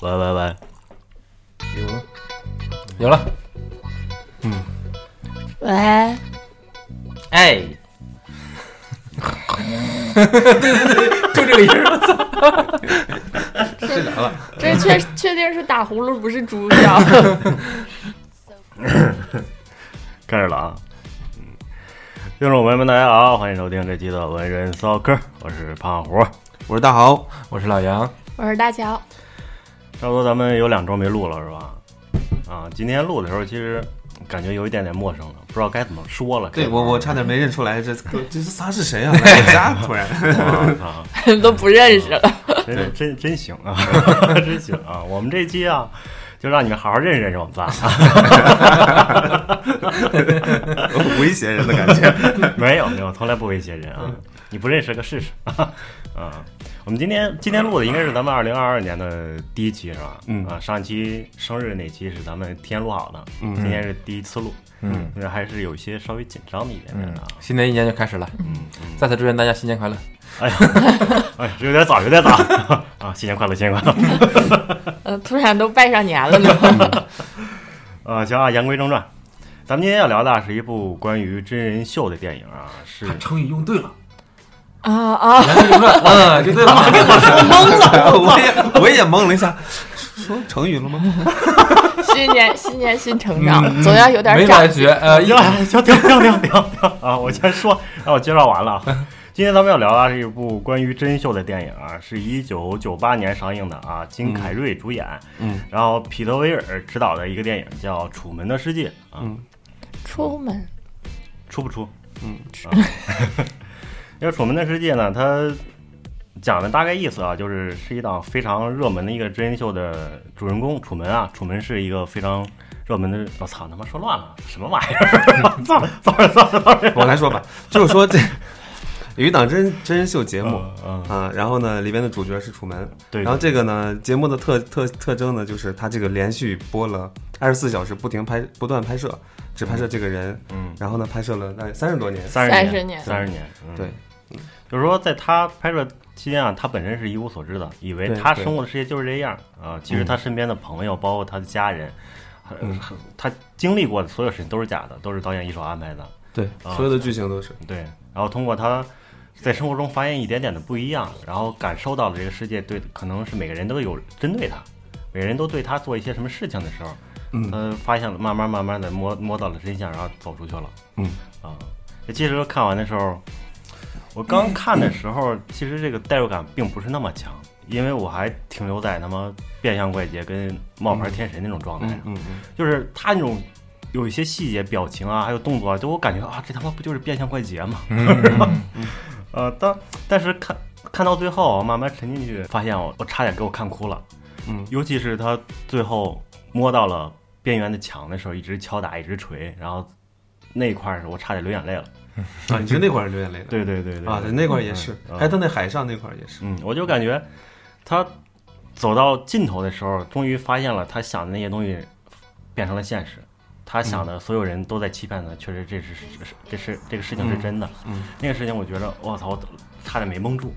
喂喂喂，有了，有了，喂，哎，就这个音儿，这这确确定是打呼噜，不是猪叫。开始了啊！嗯，听众朋友们，大家好，欢迎收听这期的文人骚客，我是胖虎。我是大豪，我是老杨，我是大乔，差不多咱们有两周没录了是吧？啊，今天录的时候其实感觉有一点点陌生了，不知道该怎么说了。对该我我差点没认出 来，这这这仨是谁啊？来我家 突然，我操！都不认识了。啊真真真行啊， 真行啊！我们这期啊，就让你们好好认识认识我们仨。威胁人的感觉。 没有没有，从来不威胁人啊！你不认识个试试 啊！啊，我们今天今天录的应该是咱们二零二二年的第一期是吧？嗯啊，上一期生日那期是咱们提前录好的，嗯今天是第一次录，嗯，所以还是有一些稍微紧张的一点嗯点啊。新的一年就开始了，嗯，嗯再次祝愿大家新年 快乐。哎呀，嗯哎呀，有点早，有点早 啊！新年快乐，新年快乐！ 嗯，突然都拜上年了呢。呃，行啊，言归正传，咱们今天要聊的啊是一部关于真人秀的电影啊，是成语用对了，啊啊！嗯，就对了， 我也我也懵了一下，说成语了吗？新年新年新成长，总要有点没长感。觉，呃，哦行了，行，停停停停停啊！我先说，让我介绍完了嗯啊。今天咱们要聊的是一部关于真人秀的电影啊，是一九九八年上映的啊，金凯瑞主演，嗯，然后彼得威尔执导的一个电影叫《楚门的世界》啊，嗯出门出不出？嗯啊， 因为《楚门的世界》呢，它讲的大概意思啊，就是是一档非常热门的一个真人秀的主人公楚门啊，楚门是一个非常热门的，我、操他妈说乱了，什么玩意儿？操操操！我来说吧，就是说这有一档真真人秀节目。嗯，啊，然后呢，里边的主角是楚门，对，然后这个呢，节目的特特特征呢，就是它这个连续播了二十四小时，不停拍，不断拍摄，只拍摄这个人，嗯，然后呢，拍摄了大概三十多年，三三十十年，年三十年，嗯对，就是说在他拍摄期间啊，他本身是一无所知的，以为对他对嗯生活的世界就是这样啊。其实他身边的朋友，包括他的家人，呃他经历过的所有事情都是假的，都是导演一手安排的。对啊所有的剧情都是，对，然后通过他在生活中发现一点点的不一样，然后感受到了这个世界对，可能是每个人都有针对他，每个人都对他做一些什么事情的时候，嗯他发现了，慢慢慢慢的摸摸到了真相，然后走出去了。嗯，啊，这其实看完的时候，我刚看的时候，嗯其实这个代入感并不是那么强，因为我还停留在他妈变相怪杰跟冒牌天神那种状态啊上。嗯嗯嗯。就是他那种有一些细节、表情啊，还有动作啊，就我感觉啊，这他妈不就是变相怪杰吗？ 呃，但但是看看到最后，啊我慢慢沉进去，发现我我差点给我看哭了。嗯尤其是他最后摸到了边缘的墙的时候，一直敲打，一直锤，然后那一块儿我差点流眼泪了。啊，你是那块儿流眼泪的？对对对对啊，对，那块儿也是，嗯还有他那海上那块儿也是，嗯，我就感觉他走到尽头的时候，终于发现了他想的那些东西变成了现实。他想嗯的所有人都在欺骗他，确实这是这是这是这个事情是真的。嗯那个事情我觉得我操，我差点没蒙住。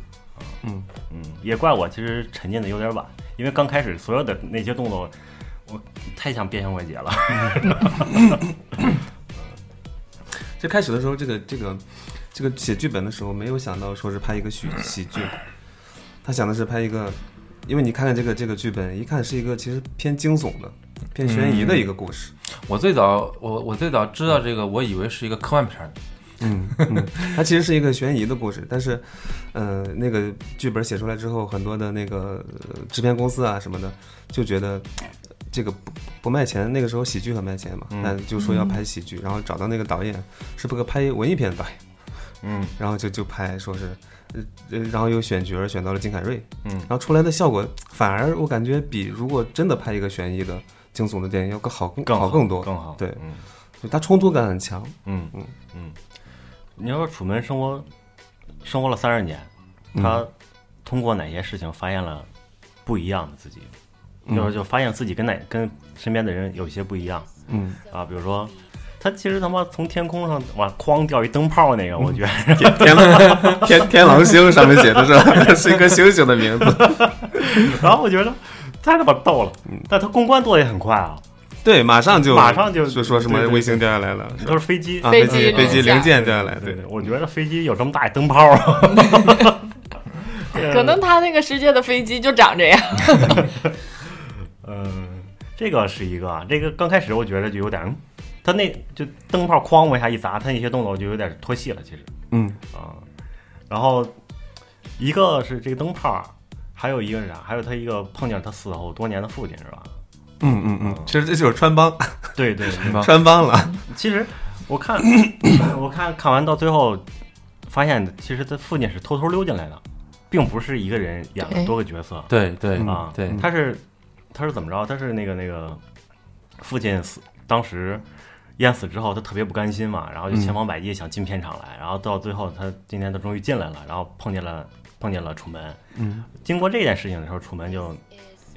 嗯嗯，也怪我，其实沉浸的有点晚，因为刚开始所有的那些动作，我太想变相怪杰了。这开始的时候，这个这个这个写剧本的时候，没有想到说是拍一个喜喜剧，他想的是拍一个，因为你看看这个这个剧本，一看是一个其实偏惊悚的、偏悬嗯疑的一个故事。我最早我我最早知道这个，我以为是一个科幻片儿呢，嗯嗯，它其实是一个悬疑的故事，但是，呃，那个剧本写出来之后，很多的那个呃制片公司啊什么的就觉得呃这个不不卖钱。那个时候喜剧很卖钱嘛，嗯那就说要拍喜剧，然后找到那个导演是不是个拍文艺片的导演，嗯然后就就拍说是，呃呃，然后又选角选到了金凯瑞，嗯然后出来的效果反而我感觉比如果真的拍一个悬疑的惊悚的电影要更好更更好更多，更好。对嗯就它冲突感很强。嗯嗯嗯，你要说楚门生活生活了三十年，他通过哪些事情发现了不一样的自己？就是就发现自己跟哪跟身边的人有些不一样嗯啊，比如说他其实他妈从天空上哇哐掉一灯泡那个，我觉得天 天狼天天狼星上面写的是 吧？是一颗星星的名字。然后我觉得太他妈逗了，但他公关做的也很快啊，对，马上就马上就就说什么对对卫星掉下来了，是吧都是飞机啊，飞机机飞机零件零件掉下来，对对对，我觉得飞机有这么大一灯泡啊， 可能他那个世界的飞机就长这样。嗯，这个是一个啊，这个刚开始我觉得就有点，嗯他那就灯泡哐往下一砸，他那些动作就有点脱戏了，其实嗯，啊、然后一个是这个灯泡，还有一个是啥？还有他一个碰见他死后多年的父亲是吧？嗯嗯嗯，其实这就是穿帮，对对，啊穿帮了。其实我看我看看完到最后，发现其实他父亲是偷偷溜进来的，并不是一个人演了对多个角色。对对嗯啊，对他是他是怎么着？他是那个那个父亲死，当时淹死之后，他特别不甘心嘛，然后就嗯千方百计想进片场来，然后到最后他今天他终于进来了，然后碰见了碰见了楚门。嗯，经过这件事情的时候，楚门就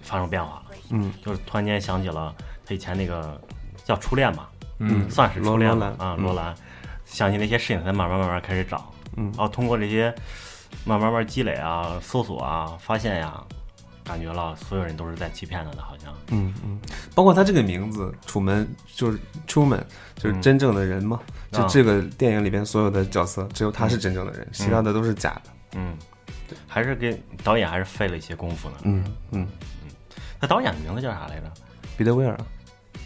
发生变化了，嗯，就是突然间想起了他以前那个叫初恋嘛，嗯算是初恋罗吧罗兰啊，嗯罗兰，想起那些事情，才慢慢慢慢开始找，嗯然后通过这些慢慢慢慢积累啊、搜索啊、发现呀、感觉了所有人都是在欺骗他的，好像嗯嗯，包括他这个名字“楚门”，就是出门，就是真正的人嘛。嗯就这个电影里边所有的角色，只有他是真正的人，其他的都是假的。嗯，还是给导演还是费了一些功夫呢。嗯嗯，那导演的名字叫啥来着？彼得威尔，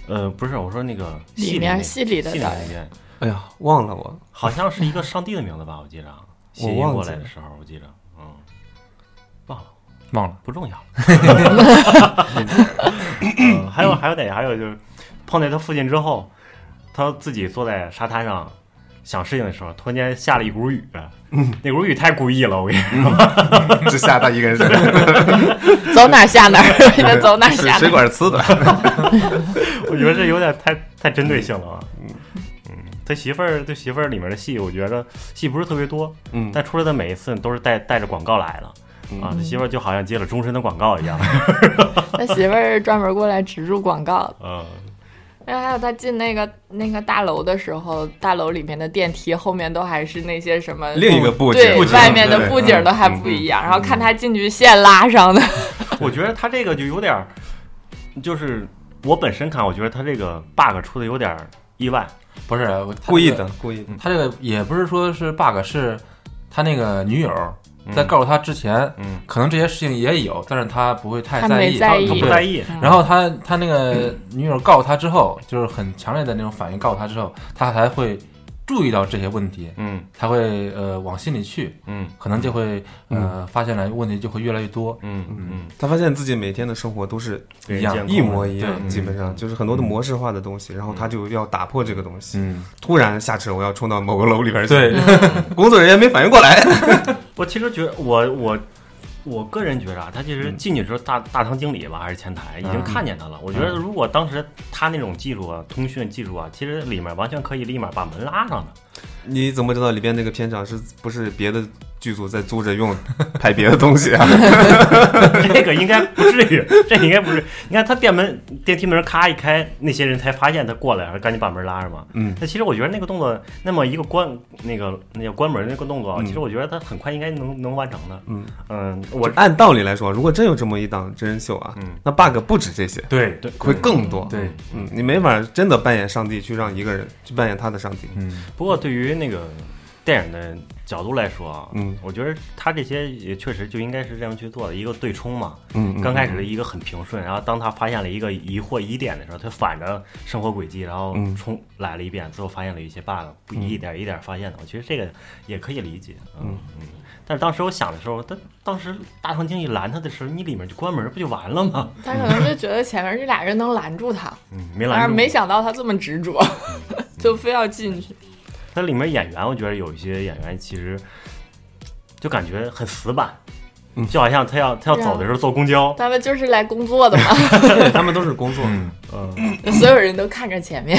呃，不是，我说那个戏里那面个戏里的戏里导那演，个哎呀，忘了我，好像是一个上帝的名字吧？我记着啊，我吸引忘过记来了的时候，我记着，嗯，忘了。忘了，不重要。嗯还有还有哪个？还有就是碰见他父亲之后，他自己坐在沙滩上想事情的时候，突然间下了一股雨，那股雨太故意了，我跟你 只吓他 一个人，走哪儿下哪儿，给他走哪儿水下哪水儿。管呲的。我觉得这有点太太针对性了啊。嗯他媳妇儿对媳妇儿里面的戏，我觉得戏不是特别多，嗯但出来的每一次都是带带着广告来的。啊，他媳妇儿就好像接了终身的广告一样，他媳妇儿专门过来植入广告。嗯，然后还有他进那个那个大楼的时候，大楼里面的电梯后面都还是那些什么另一个布景对，布景外面的对布景都还不一样。然后看他进去现拉上的，我觉得他这个就有点儿，就是我本身看，我觉得他这个 bug 出的有点儿意外。不是我故意的，，故意的。他这个也不是说是 bug，是他那个女友在告诉他之前，嗯，可能这些事情也有，但是他不会太他没在意，他对不在意，嗯然后他他那个女友告他之后，就是很强烈的那种反应告他之后，他才会注意到这些问题，嗯才会呃往心里去，嗯可能就会呃发现了问题就会越来越多。嗯嗯他发现自己每天的生活都是嗯，一样监控一模的一样，对基本上就是很多的模式化的东西，然后他就要打破这个东西。嗯，突然下车，我要冲到某个楼里边去。，对，嗯 工作人员没反应过来。我其实觉得，我我我个人觉得啊，他其实进去之后，大大堂经理吧还是前台已经嗯看见他了。我觉得如果当时他那种技术啊，通讯技术啊，其实里面完全可以立马把门拉上的。 你怎么知道里边那个片场是不是别的剧组在租着用拍别的东西啊？ 这个应该不至于，这应该不是。你看他电门电梯门咔一开，那些人才发现他过来，然后赶紧把门拉上嘛。嗯，那其实我觉得那个动作，那么一个关那个那个关门那个动作啊，嗯其实我觉得他很快应该能能完成的。嗯嗯，我按道理来说，如果真有这么一档真人秀啊，嗯那 bug 不止这些，对，对会更多。对，嗯，你没法真的扮演上帝去让一个人去扮演他的上帝。嗯，不过对于那个电影的角度来说啊，嗯我觉得他这些也确实就应该是这样去做的一个对冲嘛。嗯，嗯刚开始的一个很平顺，然后当他发现了一个疑惑疑点的时候，他反着生活轨迹，然后嗯冲来了一遍，最后发现了一些 bug，不一点一点发现的。我觉得这个也可以理解，嗯嗯。但是当时我想的时候，他当时大堂经理拦他的时候，你里面就关门不就完了吗？他可能就觉得前面这俩人能拦住他，嗯，没但拦是住。没想到他这么执着， 就非要进去。它里面演员，我觉得有一些演员其实就感觉很死板，嗯就好像他要他要走的时候坐公交，他们就是来工作的嘛，对他们都是工作嗯 嗯，所有人都看着前面。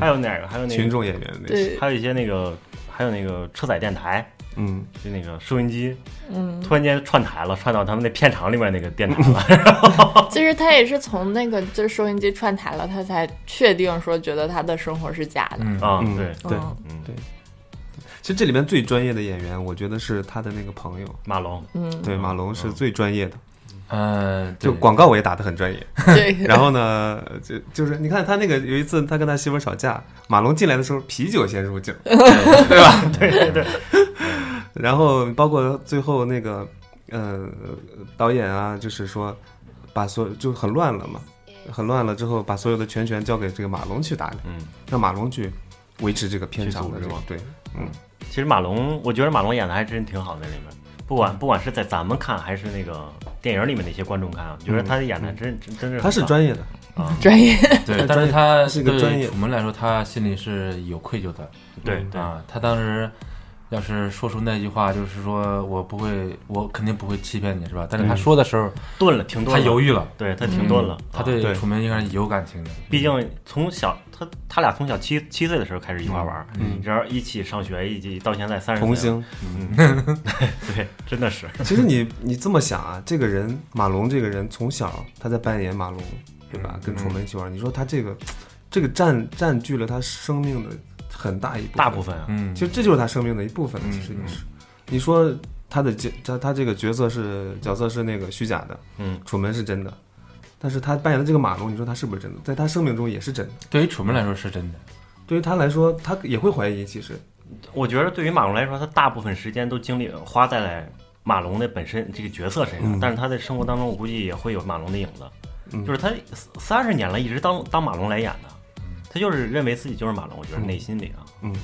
还有哪个？还有那嗯群个，众演员那些。对，还有一些那个，还有那个车载电台，嗯，就那个收音机嗯，突然间串台了，串到他们那片场里面那个电台 了。其实他也是从那个就是收音机串台了，他才确定说觉得他的生活是假的。嗯啊，嗯对，对嗯嗯，对其实这里面最专业的演员，我觉得是他的那个朋友，马龙，嗯，对，马龙是最专业的，呃，对就广告我也打得很专业。对， 然后呢，就就是你看他那个有一次他跟他媳妇儿吵架，马龙进来的时候啤酒先入 镜，对吧？对对对，然后包括最后那个呃导演啊，就是说把所就很乱了嘛，很乱了之后把所有的全权交给这个马龙去打理，嗯，让马龙去维持这个片场的去组织这个嘛对，其实马龙，我觉得马龙演的还真挺好的，里面不嗯管不管是在咱们看还是那个电影里面那些观众看啊，觉得他演的真真真是他是专业的，啊，专业对他，但专是业他他是一个对专业楚门来说，他心里是有愧疚的对嗯对啊。他当时要是说出那句话，就是说我不会，我肯定不会欺骗你，是吧？但是他说的时候，顿了，停顿他了，犹豫了，对他停顿了，嗯他啊对对楚门应该是有感情的。毕竟从小他他俩从小七七岁的时候开始一块玩，嗯，然后一起上学，一起到现在三十童星。对，真的 是， 其实你你这么想啊，这个人马龙这个人从小他在扮演马龙，对嗯吧？跟楚门一起玩，你说他这个这个占占据了他生命的很大一部分大部分啊，嗯，其实这就是他生命的一部分了，嗯其实也是。你说他的角他他这个角色是角色是那个虚假的，嗯，楚门是真的，但是他扮演的这个马龙，你说他是不是真的？在他生命中也是真的。对于楚门来说是真的。对于他来说，他也会怀疑，其 实我觉得对于马龙来说，他大部分时间都精力花在了马龙的本身这个角色身上，嗯但是他在生活当中，我估计也会有马龙的影子，嗯就是他三十年了，一直当当马龙来演的，他就是认为自己就是马龙，我觉得内心里啊，嗯，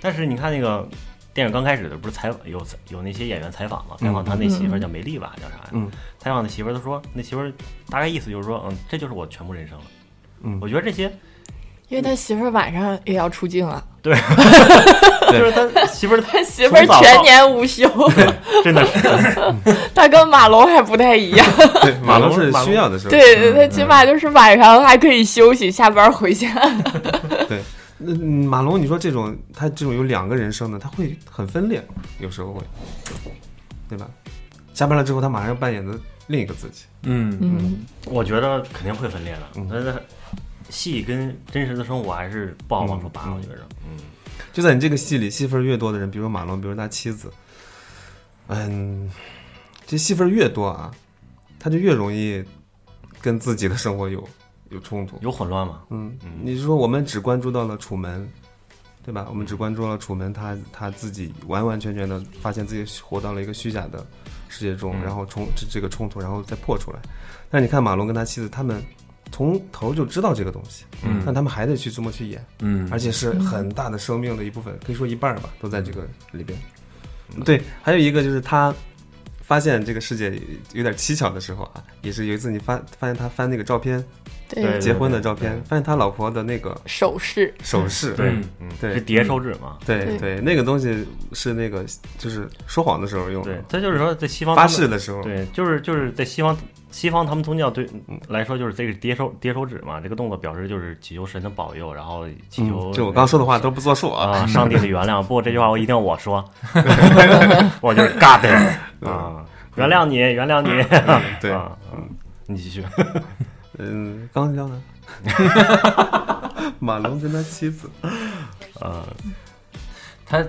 但是你看那个电影刚开始的不是采访有有那些演员采访嘛，采访他那媳妇儿叫梅丽吧，叫啥呀？嗯采访的媳妇儿，他说那媳妇儿大概意思就是说，嗯，这就是我全部人生了。嗯我觉得这些因为他媳妇儿晚上也要出镜啊，就是他媳妇儿他媳妇儿全年无休， 真的是他跟马龙还不太一样。对马马龙龙是马龙需要的是吧？对，他起码就是晚上还可以休息，下班回家。对，那嗯马龙，你说这种他这种有两个人生的，他会很分裂，有时候会，对吧？下班了之后，他马上要扮演的另一个自己。嗯，嗯，我觉得肯定会分裂的。嗯但是戏跟真实的生活还是不好往出嗯拔，我觉着。就在你这个戏里，戏份儿越多的人，比如马龙，比如他妻子，嗯，这戏份儿越多啊，他就越容易跟自己的生活有有冲突。有混乱吗？嗯嗯，你是说我们只关注到了楚门，对吧？我们只关注到了楚门他他自己完完全全的发现自己活到了一个虚假的世界中，嗯然后冲这这个冲突，然后再破出来。但你看马龙跟他妻子，他们从头就知道这个东西，嗯但他们还得去这么去演，嗯而且是很大的生命的一部分，可以说一半儿吧，都在这个里边。对，还有一个就是他发现这个世界有点蹊跷的时候啊，也是有一次你翻发现他翻那个照片，对结婚的照片，发现他老婆的那个手势，首饰，对嗯，嗯，对是叠手指嘛？对对对，那个东西是那个就是说谎的时候用对的，，他就是说在西方嗯发他们誓的时候，嗯对，就是就是在西方西方他们宗教对来说就是这个叠手叠手指嘛，这个动作表示就是祈求神的保佑，然后祈求、嗯，就我刚说的话都不作数啊，啊，上帝的原谅。不过这句话我一定要我 说， 我就是 God 啊，原谅你，原谅你。嗯对，啊，嗯你继 续。嗯，刚刚呢，马龙跟他妻子，呃，他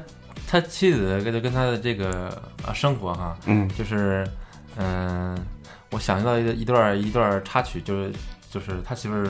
他妻子跟跟他的这个啊生活哈，嗯就是嗯、我想到一一段一段插曲，就是就是他媳妇儿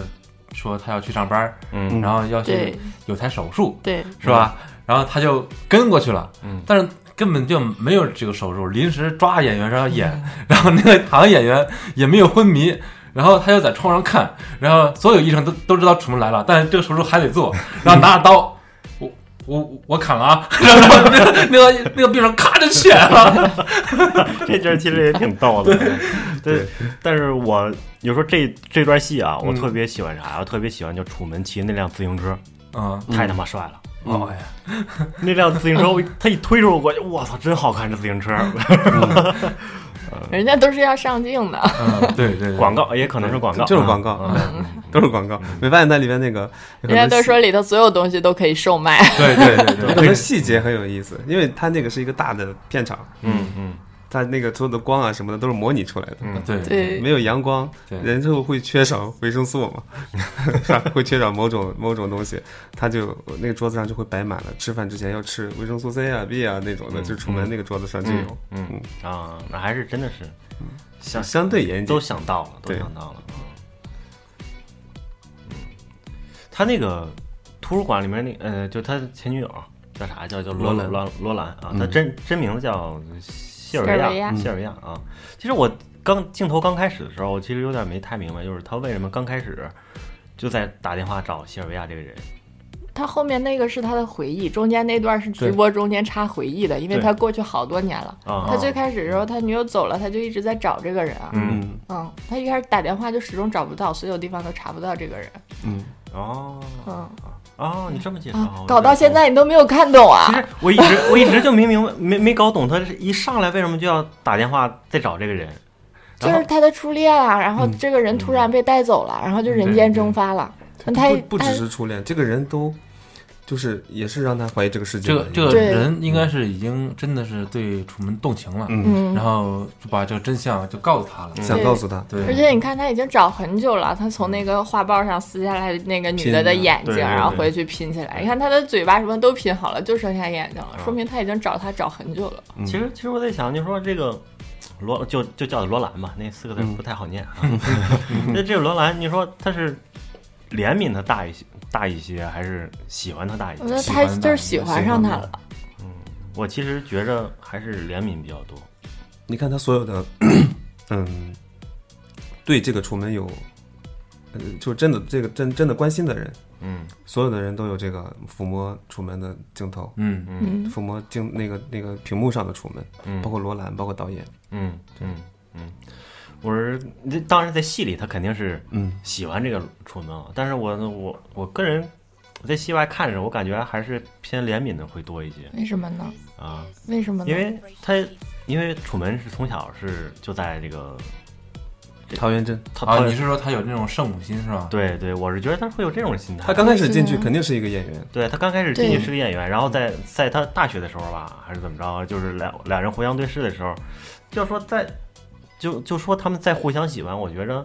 说他要去上班儿，嗯然后要对去有台手术，对，是吧？然后他就跟过去了，嗯但是根本就没有这个手术，临时抓演员让他演， 然后那个好像演员也没有昏迷。然后他又在窗上看，然后所有医生都都知道楚门来了，但是这个手术还得做，然后拿着刀，我我我砍了啊， 然后那个那个那个病人咔就起来了，这劲儿其实也挺逗的。对对，但是我有时候这这段戏啊，我嗯特别喜欢啥呀？我特别喜欢就楚门骑那辆自行车，嗯太他妈帅了。哦哎呀，那辆自行车，我他一推出我，我操，真好看这自行车！人家都是要上镜的，嗯，对对对，广告也可能是广告，就是广告嗯嗯都是广告。没发现那里边那个，有人家很多都说里头所有东西都可以售卖。对对 对对 有很多细节很有意思，因为它那个是一个大的片场，嗯嗯，它那个所有的光啊什么的都是模拟出来的，嗯对对对没，有阳光，对人就会缺少维生素嘛， 是吧？会缺少某种某种东西，他就那个桌子上就会摆满了，吃饭之前要吃维生素 C 啊、B 啊那种的，嗯就出门那个桌子上就有，嗯啊，那还是真的是嗯想相对严谨都。想到了，都对想到了。嗯，他那个图书馆里面那呃，就他前女友叫啥？叫叫罗罗兰罗罗兰啊，嗯他真真名字叫谢谢尔尔亚维亚嗯谢尔亚啊。其实我刚镜头刚开始的时候，我其实有点没太明白，就是他为什么刚开始就在打电话找谢尔维亚这个人。他后面那个是他的回忆，中间那段是直播中间插回忆的，因为对他过去好多年了。啊他最开始的时候，他女友走了，他就一直在找这个人啊。嗯嗯嗯，他一开始打电话就始终找不到，所有地方都查不到这个人。嗯，哦嗯哦，你这么介绍，啊我，搞到这现在你都没有看懂其啊？实我一直我一直就没明白没没搞懂，他是一上来为什么就要打电话再找这个人？就然是后他的初恋啊，然后这个人突然被带走了，然后就人间蒸发了。嗯但他不不只是初恋，这个人都就是也是让他怀疑这个世界这的个这个对人应该是已经真的是对楚门动情了，嗯，嗯然，后就把这个真相就告诉他了。想对告诉他，嗯对，而且你看，他已经找很久了，他从那个画报上撕下来那个女的的拼的眼睛，对对然后对回去拼起来。你看他的嘴巴什么都拼好了，就剩下眼睛了，说明他已经找他找很久了。嗯其实其实我在想，就说这个罗就就叫罗兰吧，那四个字不太好念啊。那这个罗兰，你说他是怜悯他大一些大一些，还是喜欢他大一我些觉？得喜他欢就是的喜喜欢欢上的他了，我其实觉着还是怜悯比较多。你看他所有的，嗯，对这个楚门有，呃，就真的这个真真的关心的人，嗯所有的人都有这个抚摸楚门的镜头，嗯，嗯嗯，抚摸镜那个那个屏幕上的楚门，嗯包括罗兰，包括导演，嗯嗯嗯，我是这当然在戏里他肯定是嗯，喜欢这个楚门啊，但是我我我个人我在戏外看着，我感觉还是偏怜悯的会多一些为什么呢？啊，为什么呢因？为他因为楚门是从小是就在这个陶元真，他啊，他你是说他有那种圣母心是吧？对对，我是觉得他会有这种心态。他刚开始进去是的肯定是一个演员，对他刚开始进去对是个演员，然后在在他大学的时候吧，还是怎么着，就是两两人互相对视的时候，就说在就就说他们在互相喜欢，我觉着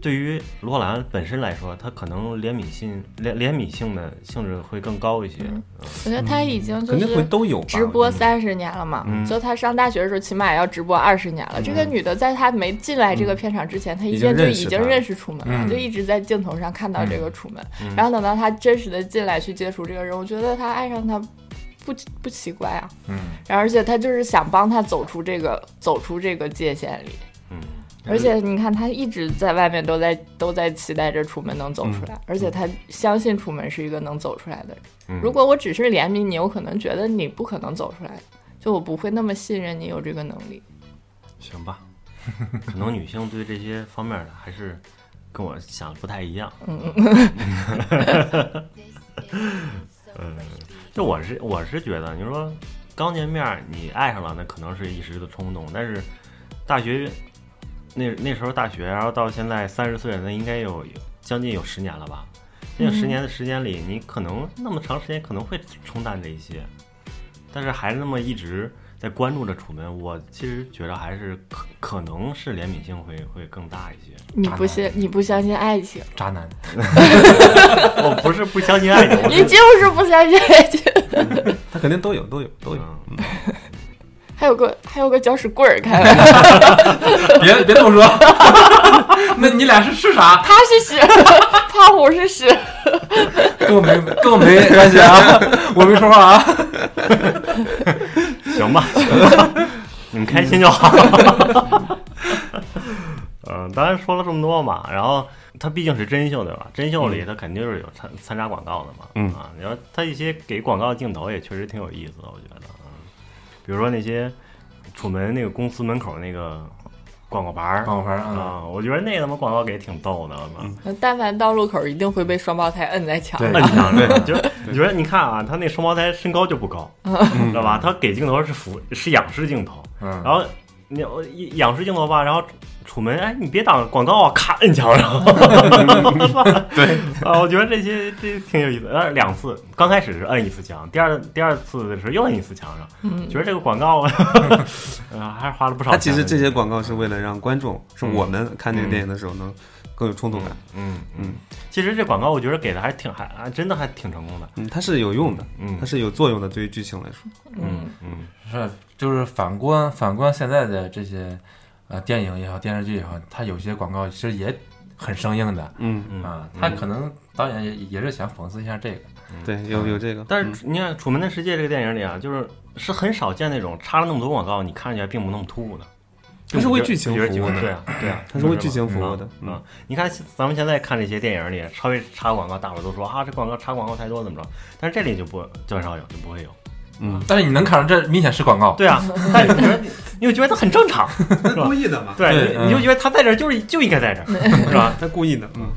对于罗兰本身来说，他可能怜悯性怜怜悯性的性质会更高一些。嗯我觉得他已经就肯定会是都有吧。直播我觉得三十年了嘛，嗯就他上大学的时候，起码也要直播二十年了。这个女的在她没进来这个片场之前，她一已见经就认已识经她认识楚门了，嗯就一直在镜头上看到这个楚门。然后等到她真实的进来去接触这个人，我觉得她爱上他不不奇怪啊。嗯，然后而且她就是想帮他走出这个走出这个界限里。嗯，而且你看，她一直在外面都在都在期待着楚门能走出来，而且她相信楚门是一个能走出来的人。嗯如果我只是怜悯你，我可能觉得你不可能走出来，就我不会那么信任你有这个能力。行吧，可能女性对这些方面的还是跟我想的不太一样。嗯，就我是我是觉得，你说刚见面儿你爱上了，那可能是一时的冲动，但是大学那那时候大学，然后到现在三十岁，那应该有有将近有十年了吧？这十年的时间里，你可能那么长时间可能会冲淡这一些，但是还是那么一直在关注着楚门，我其实觉得还是可可能是怜悯性会会更大一些。你不信，你不相信爱情，渣 男，我 不是不相信爱情，我你是就是不相信爱情。 他肯定都有，都有，都有。嗯还有个还有个搅屎棍儿，开玩笑，别别这么说， 那你俩是是啥？他是屎， 胖虎是屎，跟我没跟我没关系啊， 我没说话啊。行吧，行吧，你们开心就好。 嗯，当然说了这么多嘛，然后它毕竟是真秀对吧？真秀里它肯定是有掺掺杂广告的嘛，嗯啊，你说它一些给广告的镜头也确实挺有意思的，我觉得，嗯，比如说那些楚门那个公司门口那个广告牌儿广告牌儿啊，啊，我觉得那他妈广告给挺逗的嘛。但凡到路口，一定会被双胞胎摁在墙对上。摁墙上，就你觉得你看啊，他那双胞胎身高就不高，嗯知道吧？他给镜头是俯是仰视镜头，嗯，然后你我一仰视镜头吧，然后楚门哎，你别挡广告啊，咔摁墙上。对啊，我觉得这些这挺有意思的。呃，两次，刚开始是摁一次墙，第二第二次的时候又摁一次墙上，嗯觉得这个广告，啊 呃，还是花了不少他钱。其实这些广告是为了让观众，是我们看这个电影的时候能更有冲动感。嗯嗯嗯，其实这广告我觉得给的还挺还还真的还挺成功的。嗯，它是有用的，嗯它是有作用的，对于剧情来说。嗯嗯是就是反观反观现在的这些呃电影也好，电视剧也好，它有些广告其实也很生硬的嗯，嗯啊，他可能导演也也是想讽刺一下这个，对，有有这个，但嗯是你看《楚门的世界》这个电影里啊，就是是很少见那种插了那么多广告，你看起来并不那么突兀的。它是为剧情我觉得服务的对啊，对啊，它是为剧情服务的嗯，你看咱们现在看这些电影里，稍微插广告，大伙都说啊，这广告插广告太多，怎么着？但是这里就不就很少有，就不会有。嗯，但是你能看出这明显是广告，对啊，但是你觉得你就觉得很正 常，是吧嗯故意的嘛，对，对你嗯你就觉得他在这儿就是就应该在这儿，是吧？他故意的，嗯，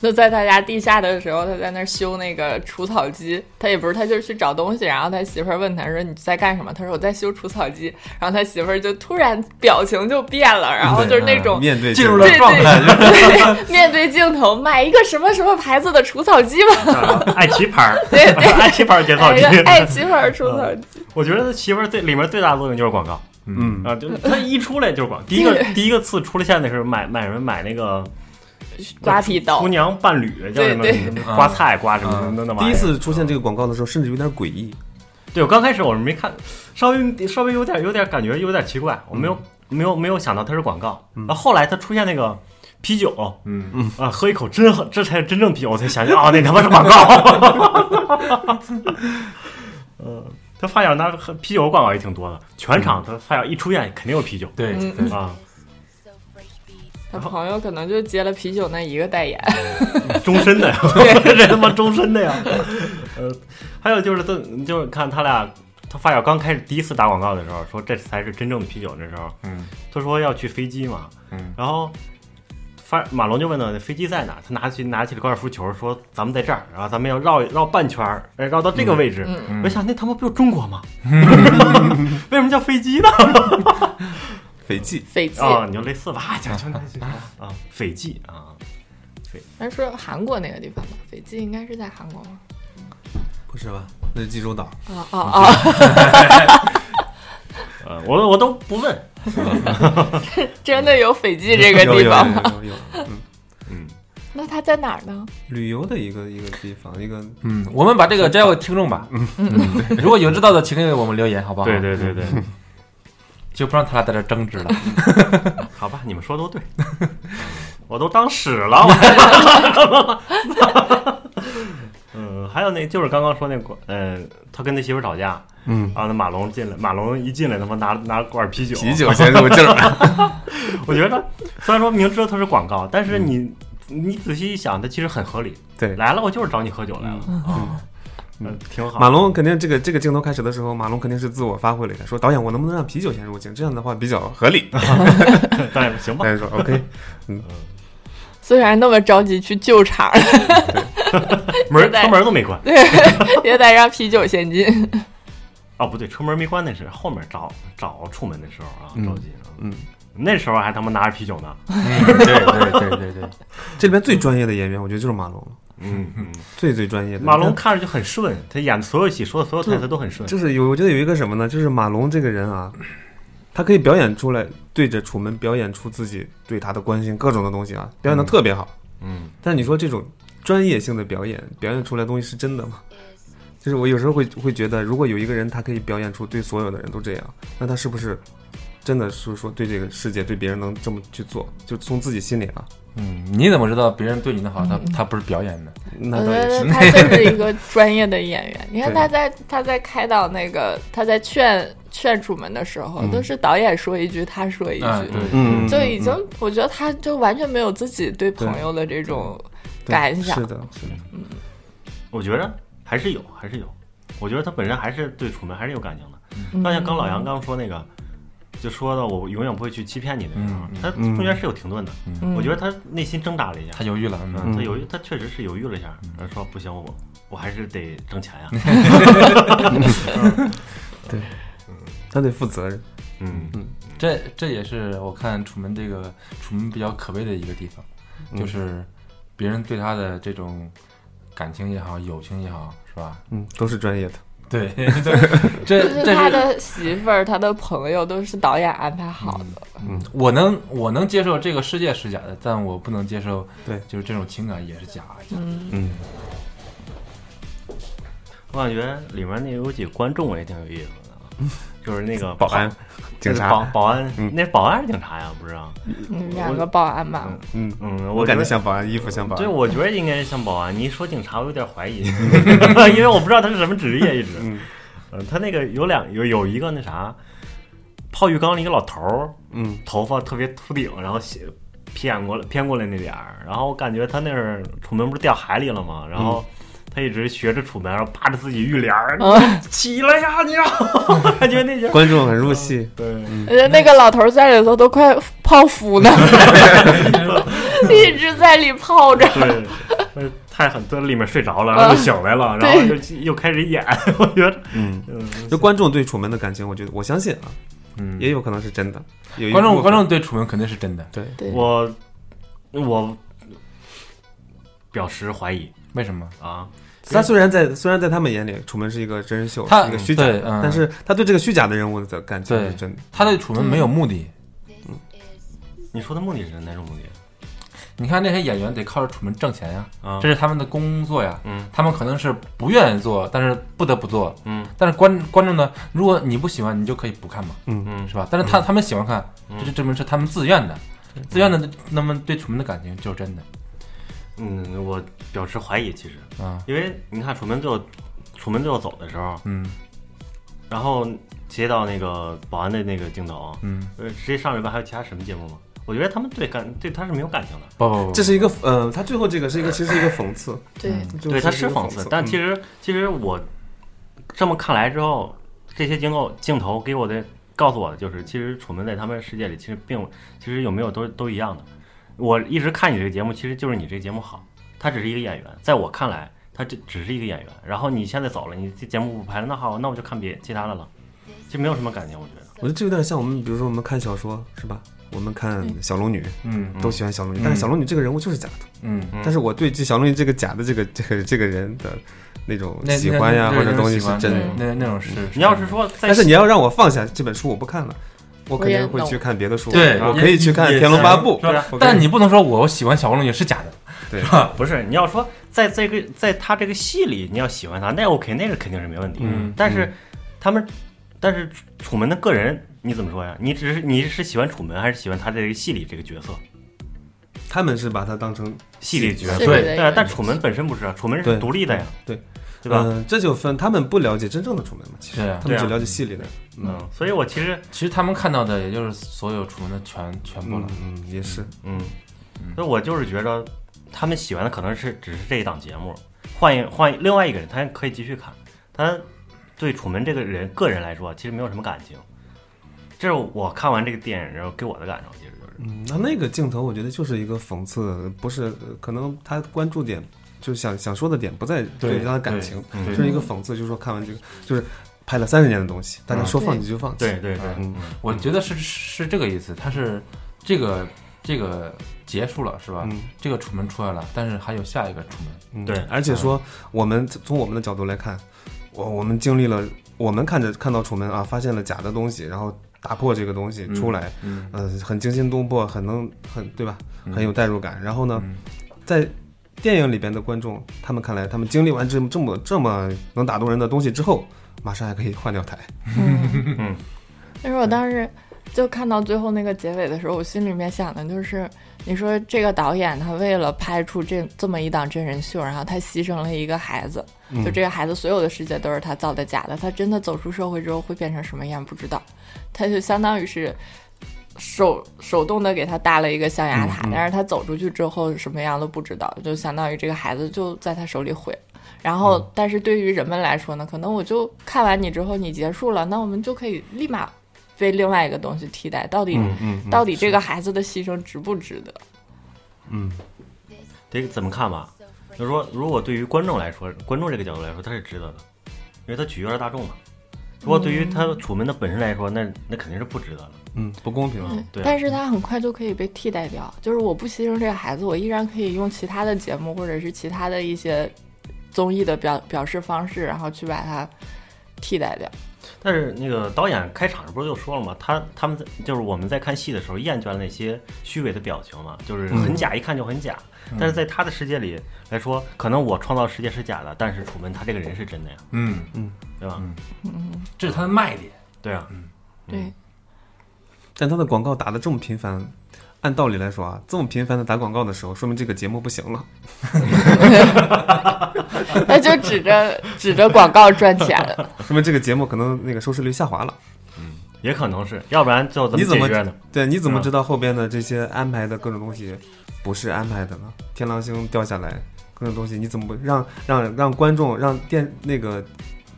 就在他家地下的时候，他在那儿修那个除草机，他也不是，他就是去找东西。然后他媳妇儿问他说：“你在干什么？”他说：“我在修除草机。”然后他媳妇儿就突然表情就变了，然后就是那种面对进入这了个对状态，就是对 面对镜头买一个什么什么牌子的除草机吧，爱奇牌儿，对对哎爱奇牌儿节奏买一机。个爱奇牌除草机。我觉得媳妇儿最里面最大的作用就是广告。嗯，啊，就他一出来就是广，第一个对第一个次出了现的是买买什么买那个刮皮刀厨，娘伴侣叫什么对什么刮菜刮什么什么的那玩啊第意一儿。次出现这个广告的时候，甚至有点诡异，对我刚开始我是没看，稍微稍微有点有点感觉有点奇怪，我没嗯有没有没有想到它是广告。然后后来它出现那个啤酒嗯，啊，喝一口真好，这才是真正啤酒，我才想起啊，那他妈是广告。 嗯，他发小那喝啤酒广告也挺多的，全场嗯他发小一出现肯定有啤酒对嗯对，啊，他朋友可能就接了啤酒那一个代言，终身 的呀， 这他妈终身的呀。呃，还有就是他，就是看他俩，他发小刚开始第一次打广告的时候，说这才是真正的啤酒。那时候嗯他说要去飞机嘛，嗯然后发马龙就问他飞机在哪，他拿起拿起了高尔夫球，说咱们在这儿，然后咱们要绕绕半圈儿，哎，绕到这个位置。嗯，嗯我，想那他妈不就中国 吗？为什么叫飞机呢？斐济，斐济。啊，你就类似吧，就就那就啊，斐济啊，咱说韩国那个地方吧，斐济应该是在韩国吗？不是吧？那是济州岛，啊啊啊！呃，我我都不问， 真的有斐济这个 有地有方吗？有有有，嗯，嗯，那它在哪儿呢？旅游的一个一个地方，一个嗯，我们把这个交给听众吧，嗯如果有知道的，请给我们留言，好不好？对，对对对。就不让他俩在这争执了。好吧，你们说都对， 我都当屎了。我还 嗯，还有那就是刚刚说那个，嗯、他跟他媳妇儿吵架，啊嗯，然后那马龙进来，马龙一进来，他妈拿拿罐啤酒，啤，酒先入劲儿，我觉得虽然说明知道它是广告，但是你、你仔细一想，它其实很合理。嗯对，来了，我就是找你喝酒来了，嗯嗯，挺好。马龙肯定这个这个镜头开始的时候，马龙肯定是自我发挥了一下，说导演我能不能让啤酒先入镜，这样的话比较合理。导演说行吧导，演说 OK，虽然那么着急去救场，门对儿车门都没关。也得让啤酒先进。哦，不对，车门没关那是后面找找出门的时候啊，嗯着急啊。嗯，那时候还他妈拿着啤酒呢。 嗯，对对对对对，这里边最专业的演员，我觉得就是马龙了，嗯嗯。最最专业的马龙。看着就很顺，他演的所有戏说的所有台词都很顺。就是有，我觉得有一个什么呢？就是马龙这个人啊，他可以表演出来，对着楚门表演出自己对他的关心，各种的东西啊，表演的特别好。嗯，但你说这种专业性的表演，表演出来的东西是真的吗？就是我有时候会会觉得，如果有一个人他可以表演出对所有的人都这样，那他是不是真的是说对这个世界、对别人能这么去做？就从自己心里啊，嗯，你怎么知道别人对你的好，他他不是表演的？那我觉倒也得是。呃他就是 一个专业的演员。你看对他在他在开导那个他在劝劝楚门的时候，嗯都是导演说一句，他说一啊，句，对，嗯，就已经嗯我觉得他就完全没有自己对朋友的这种对感想是。的，是的，我觉着还是有，还是有。我觉得他本身还是对楚门还是有感情的。嗯刚像刚老杨刚说那个，就说的我永远不会去欺骗你的时候嗯，嗯他中间是有停顿的，嗯我觉得他内心挣扎了一下他，犹豫了，嗯嗯，他犹豫，他确实是犹豫了一下，他说不行，我我还是得挣钱呀，他得负责任。嗯这这也是我看楚门这个楚门比较可悲的一个地方，就是别人对他的这种感情也好，友情也好，是吧？嗯，都是专业的。 对，这就是这他是的媳妇儿、他的朋友都是导演安排好的，我能我能接受这个世界是假的，但我不能接受对就是这种情感也是假的。嗯，我感觉里面那有几个观众也挺有意思的啊，就是那个保安、警保察，保安嗯，那保安是警察呀，不是啊？嗯，两个保安嘛，嗯，嗯，我觉感觉得。像保安，衣服像保对，安。我觉得应该像保安。你一说警察，我有点怀 疑，因为我不知道他是什么职业一直。嗯呃，他那个有两有有一个那啥，泡浴缸里一个老头儿，嗯，头发特别秃顶，然后斜偏过来偏过来那点儿，然后我感觉他那儿楚门不是掉海里了吗？然后他一直学着楚门，然后扒着自己浴帘儿、嗯，起来呀，你让我 感觉那人观众很入戏。 对，我觉得那个老头在里头都快泡芙 呢， 一直在里泡着。对，呃太狠，在里面睡着了，然后就醒来了，然后又又开始演，我觉得，嗯，嗯，就观众对楚门的感情，我觉得我相信啊，嗯，也有可能是真的。有一观众部观分众对楚门肯定是真的，对，对，我我表示怀疑为什么？啊，他虽然在虽然在他们眼里，楚门是一个真人秀，他是一个虚假的对嗯但是他对这个虚假的人物的感情对是真的。他对楚门没有目的。你说的目的是哪种目的你看那些演员得靠着楚门挣钱呀，嗯啊这？是他们的工作呀。嗯他们可能是不愿意做，但是不得不做。嗯但是观观众呢，如果你不喜欢，你就可以不看嘛，嗯是吧？但是他他们喜欢看，嗯这就证明是他们自愿的，自愿的，那么对楚门的感情就是真的嗯，我表示怀疑，其实，啊。因为你看楚门最后楚门最后走的时候，嗯然后接到那个保安的那个镜头，嗯，呃，直接上礼拜还有其他什么节目吗？我觉得他们对感对他是没有感情的，不不不，这是一个呃，他最后这个是一个其实是一个讽刺，对，就对，他是是一个讽刺嗯刺，，但其实实、其实我这么看来之后，这些镜头镜头给我的告诉我的就是，其实楚门在他们世界里其实并其实有没有都都一样的。我一直看你这个节目，其实就是你这个节目好，他只是一个演员，在我看来，他这只是一个演员。然后你现在走了，你这节目不拍了，那好，那我就看别其他的了，就没有什么感情，我觉得。我觉得这有点像我们，比如说我们看小说是吧？我们看小龙女，嗯都喜欢小龙女嗯，但是小龙女这个人物就是假的。嗯，嗯但是我对这小龙女这个假的这个这个这个人的那种那嗯喜欢呀，那或者东西那种是喜欢真的。的对那那种是。你要是说在但是你要让我放下这本书，我不看了，我肯定会去看别的书。对，我也可以去看也《天龙八部是吧》我可以，但你不能说我喜欢小龙女是假的，不是，你要说在这个在他这个戏里，你要喜欢他，那 OK，那个肯定是没问题。嗯但是他们，但是楚楚门的个人，你怎么说呀？你只是你是喜欢楚门，还是喜欢他在这个戏里这个角色？他们是把它当成戏里角色，戏里的对一啊个，但楚门本身不是啊，楚门是对独立的呀，对对吧？嗯，这就分他们不了解真正的楚门嘛，其实对啊他们只了解戏里的。嗯嗯，所以我其实，其实他们看到的也就是所有楚门的全全部嗯了。嗯，也是。嗯，所以我就是觉得他们喜欢的可能是只是这一档节目，换一换一另外一个人，他可以继续看。他对楚门这个人个人来说，啊其实没有什么感情。这是我看完这个电影然后给我的感受，其实就是，嗯，那那个镜头我觉得就是一个讽刺，不是呃可能他关注点就是想想说的点不在对他的感情，嗯就对是一个讽刺，就是说看完这个就是拍了三十年的东西，大家说嗯放弃就放弃。对对对，嗯我觉得是是这个意思，他是这个这个结束了是吧？嗯这个楚门出来了，但是还有下一个楚门。嗯对而且说我们从我们的角度来看，我我们经历了，我们看着看到楚门啊，发现了假的东西，然后打破这个东西出来，嗯呃，很惊心动魄，很能很对吧？很有代入感。然后呢，嗯在电影里边的观众，他们看来，他们经历完这么这么这么能打动人的东西之后，马上还可以换掉台。嗯，但是我当时就看到最后那个结尾的时候，我心里面想的就是，你说这个导演他为了拍出这这么一档真人秀，然后他牺牲了一个孩子，嗯就这个孩子所有的世界都是他造的假的，他真的走出社会之后会变成什么样不知道，他就相当于是。手手动的给他搭了一个象牙塔，嗯但是他走出去之后什么样都不知道，就相当于这个孩子就在他手里毁了。然后，嗯但是对于人们来说呢，可能我就看完你之后你结束了，那我们就可以立马被另外一个东西替代，到底、嗯嗯，嗯到底这个孩子的牺牲值不值得？嗯得怎么看吧？就是说，如果对于观众来说，观众这个角度来说，它是值得的，因为它取悦了大众嘛。如果对于他楚门的本身来说，那那肯定是不值得的。嗯，不公平。嗯，对啊但是他很快就可以被替代掉。就是我不牺牲这个孩子，我依然可以用其他的节目或者是其他的一些综艺的表表示方式，然后去把它替代掉。但是那个导演开场不是就说了嘛，他他们在就是我们在看戏的时候厌倦了那些虚伪的表情嘛，就是很假，一看就很假。但是在他的世界里来说，可能我创造世界是假的，但是楚门他这个人是真的呀，嗯，对吧？嗯这是他的卖点。对啊，对，但他的广告打的这么频繁，按道理来说啊，这么频繁的打广告的时候，说明这个节目不行了。嗯那就指着指着广告赚钱 了。说明这个节目可能那个收视率下滑了。也可能是，要不然就怎你么怎解么决呢？对？你怎么嗯知道后边的这些安排的各种东西不是安排的呢？天狼星掉下来，各种东西你怎么不让让让观众让电那个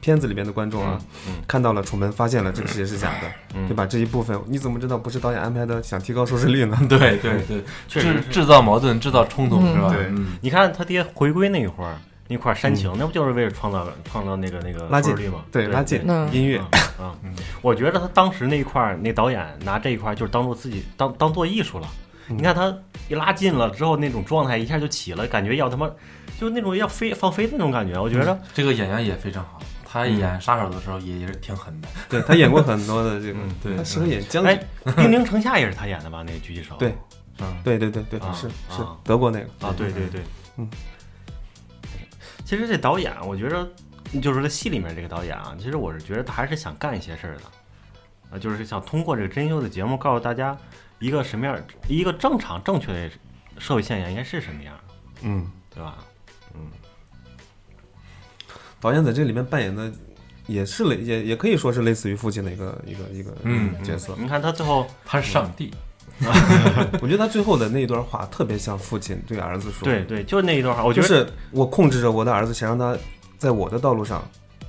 片子里面的观众啊、嗯嗯看到了楚门发现了这个世界是假的，嗯对吧？这一部分你怎么知道不是导演安排的想提高收视率呢？ 对对对，确实制制造矛盾，制造冲突嗯是吧？对嗯你看他爹回归那一会儿，那块煽情，那不就是为了创造创造那个那个拉近收视率吗？对，拉近嗯音乐，啊，嗯我觉得他当时那一块儿，那导演拿这一块儿就是当做自己当当做艺术了。你看他一拉近了之后，那种状态一下就起了，感觉要他妈就那种要飞放飞的那种感觉。我觉得，这个演员也非常好，他演杀手的时候也也是挺狠的。对他演过很多的这个，嗯对他适合演将军哎，《兵临城下》也是他演的吧？那个狙击手，对嗯，对对对对，啊是是啊德国那个啊，对对对，嗯。其实这导演，我觉着就是在戏里面这个导演啊，其实我是觉得他还是想干一些事儿的，啊，就是想通过这个真秀的节目告诉大家一个什么样儿，一个正常正确的社会现象应该是什么样儿，嗯，对吧？导演在这里面扮演的也是类也也可以说是类似于父亲的一个一个一个嗯角色。你看他最后他是上帝。我觉得他最后的那一段话特别像父亲对儿子说，对，对，就是那一段话，我觉就得是我控制着我的儿子，想让他在我的道路上，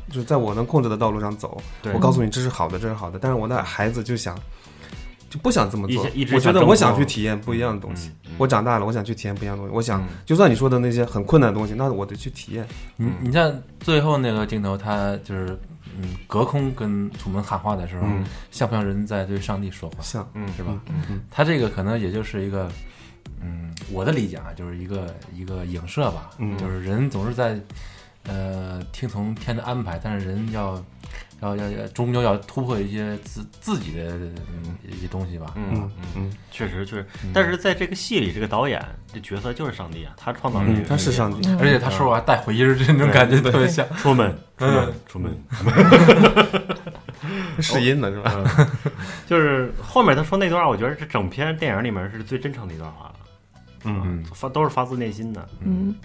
就是在我能控制的道路上走。对我告诉你这是好的，这是好的，但是我的孩子就想就不想这么做一直一直，我觉想得挣脱我想去体验不一样的东西。嗯嗯我长大了，我想去体验不一样的东西。我想嗯，就算你说的那些很困难的东西，那我得去体验。你你像最后那个镜头，他就是嗯隔空跟楚门喊话的时候，嗯像不像人在对上帝说话？像嗯是吧？嗯他这个可能也就是一个，嗯，我的理解啊，就是一个一个影射吧，嗯就是人总是在呃听从天的安排，但是人要要要要终究要突破一些自自己的、嗯、一些东西吧。嗯嗯，嗯确实确实，但是在这个戏里，这个导演这角色就是上帝啊，他创造了这嗯，个他是世界上帝。而且他说话还带回音儿，这种感觉特别像。出门 出门嗯出门，试音呢是吧？就是后面他说那段话，我觉得这整篇电影里面是最真诚的一段话了。嗯发都是发自内心的。嗯，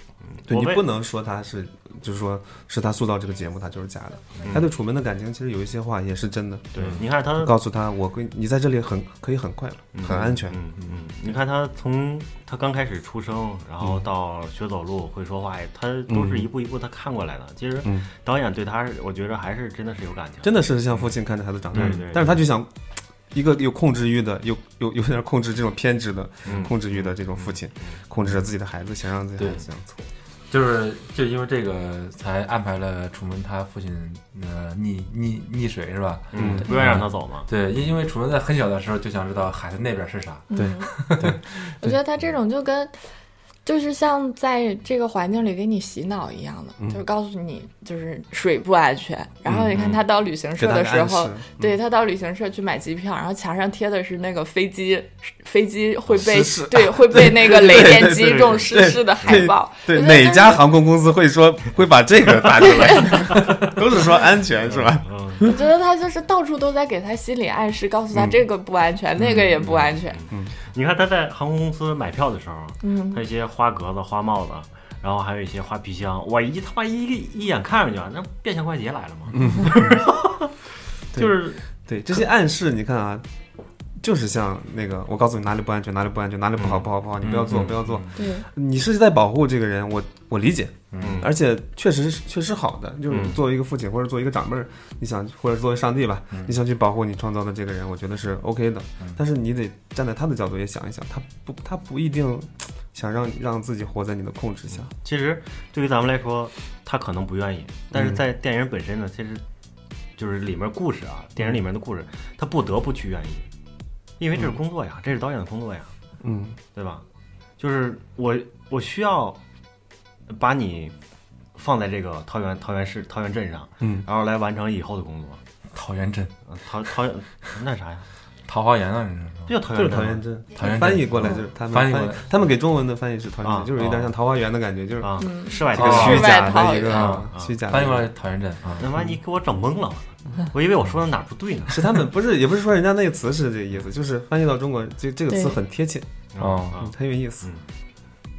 对我你为不能说他是，就是说是他塑造这个节目，他就是假的。嗯他对楚门的感情其实有一些话也是真的，对，你看他，嗯告诉他我跟你在这里很可以很快乐，嗯很安全。嗯嗯嗯，你看他从他刚开始出生，然嗯后到学走路、会说话，他都是一步一步他看过来的。其实嗯导演对他是，我觉得还是真的是有感情。真的是像父亲看着孩子长大嗯对对，但是他就想一个有控制欲的，有 有有点控制这种偏执的嗯控制欲的这种父亲，控制着自己的孩子，想让自己的孩子这样做。就是就因为这个才安排了楚门他父亲呃溺溺溺水是吧？嗯，不愿意让他走嘛。对，因因为楚门在很小的时候就想知道海的那边是啥。对嗯，我觉得他这种就跟。就是像在这个环境里给你洗脑一样的，嗯就是告诉你就是水不安全。然后你看他到旅行社嗯给他的个时暗候，示嗯对他到旅行社去买机票，然后墙上贴的是那个飞机，飞机会被哦失事对会被那个雷电击对中失事的海报。对我觉得哪家航空公司会说 会把这个打出来？ 都是说安全是吧？嗯就是？我觉得他就是到处都在给他心理暗示，告嗯诉他这个不安全，那个也不安全。你看他在航空公司买票的时候，嗯他一些花格子、花帽子，然后还有一些花皮箱，我一他妈一一眼看上去啊，那变相快捷来了嘛。嗯， 就是对这些暗示，你看啊，就是像那个，嗯嗯我告诉你哪里不安全，哪里不安全，哪里不好，不好，不好，你不要做，不要做。对，你是在保护这个人，我我理解，嗯而且确实是确实好的，就是嗯作为一个父亲或者作为一个长辈儿，你想或者作为上帝吧，嗯你想去保护你创造的这个人，我觉得是 OK 的嗯。但是你得站在他的角度也想一想，他不他不一定想让你让自己活在你的控制下。其实对于咱们来说，他可能不愿意，但是嗯在电影本身呢，其实就是里面故事啊，电影里面的故事，他不得不去愿意，因为这是工作呀，这是导演的工作呀，嗯对吧？就是我我需要把你放在这个桃园桃园市桃园镇上，嗯，然后来完成以后的工作。桃源镇、啊桃桃园那啥呀？桃花源啊，你知道不叫桃园就是镇桃吗源镇，桃源镇翻译过来就是他们嗯翻译过翻译来，他们给中文的翻译是桃源啊镇，就是有点像桃花源的感觉，就是啊，嗯世外这桃个源哦虚假世外桃的一个源啊啊虚假吗？嗯的。翻译过来桃源镇啊，嗯他妈你给我整懵了，我以为我说到哪儿不对呢。是他们不是，也不是说人家那个词是这个意思，就是翻译到中国，这这个词对很贴切，哦啊嗯，很有意思嗯，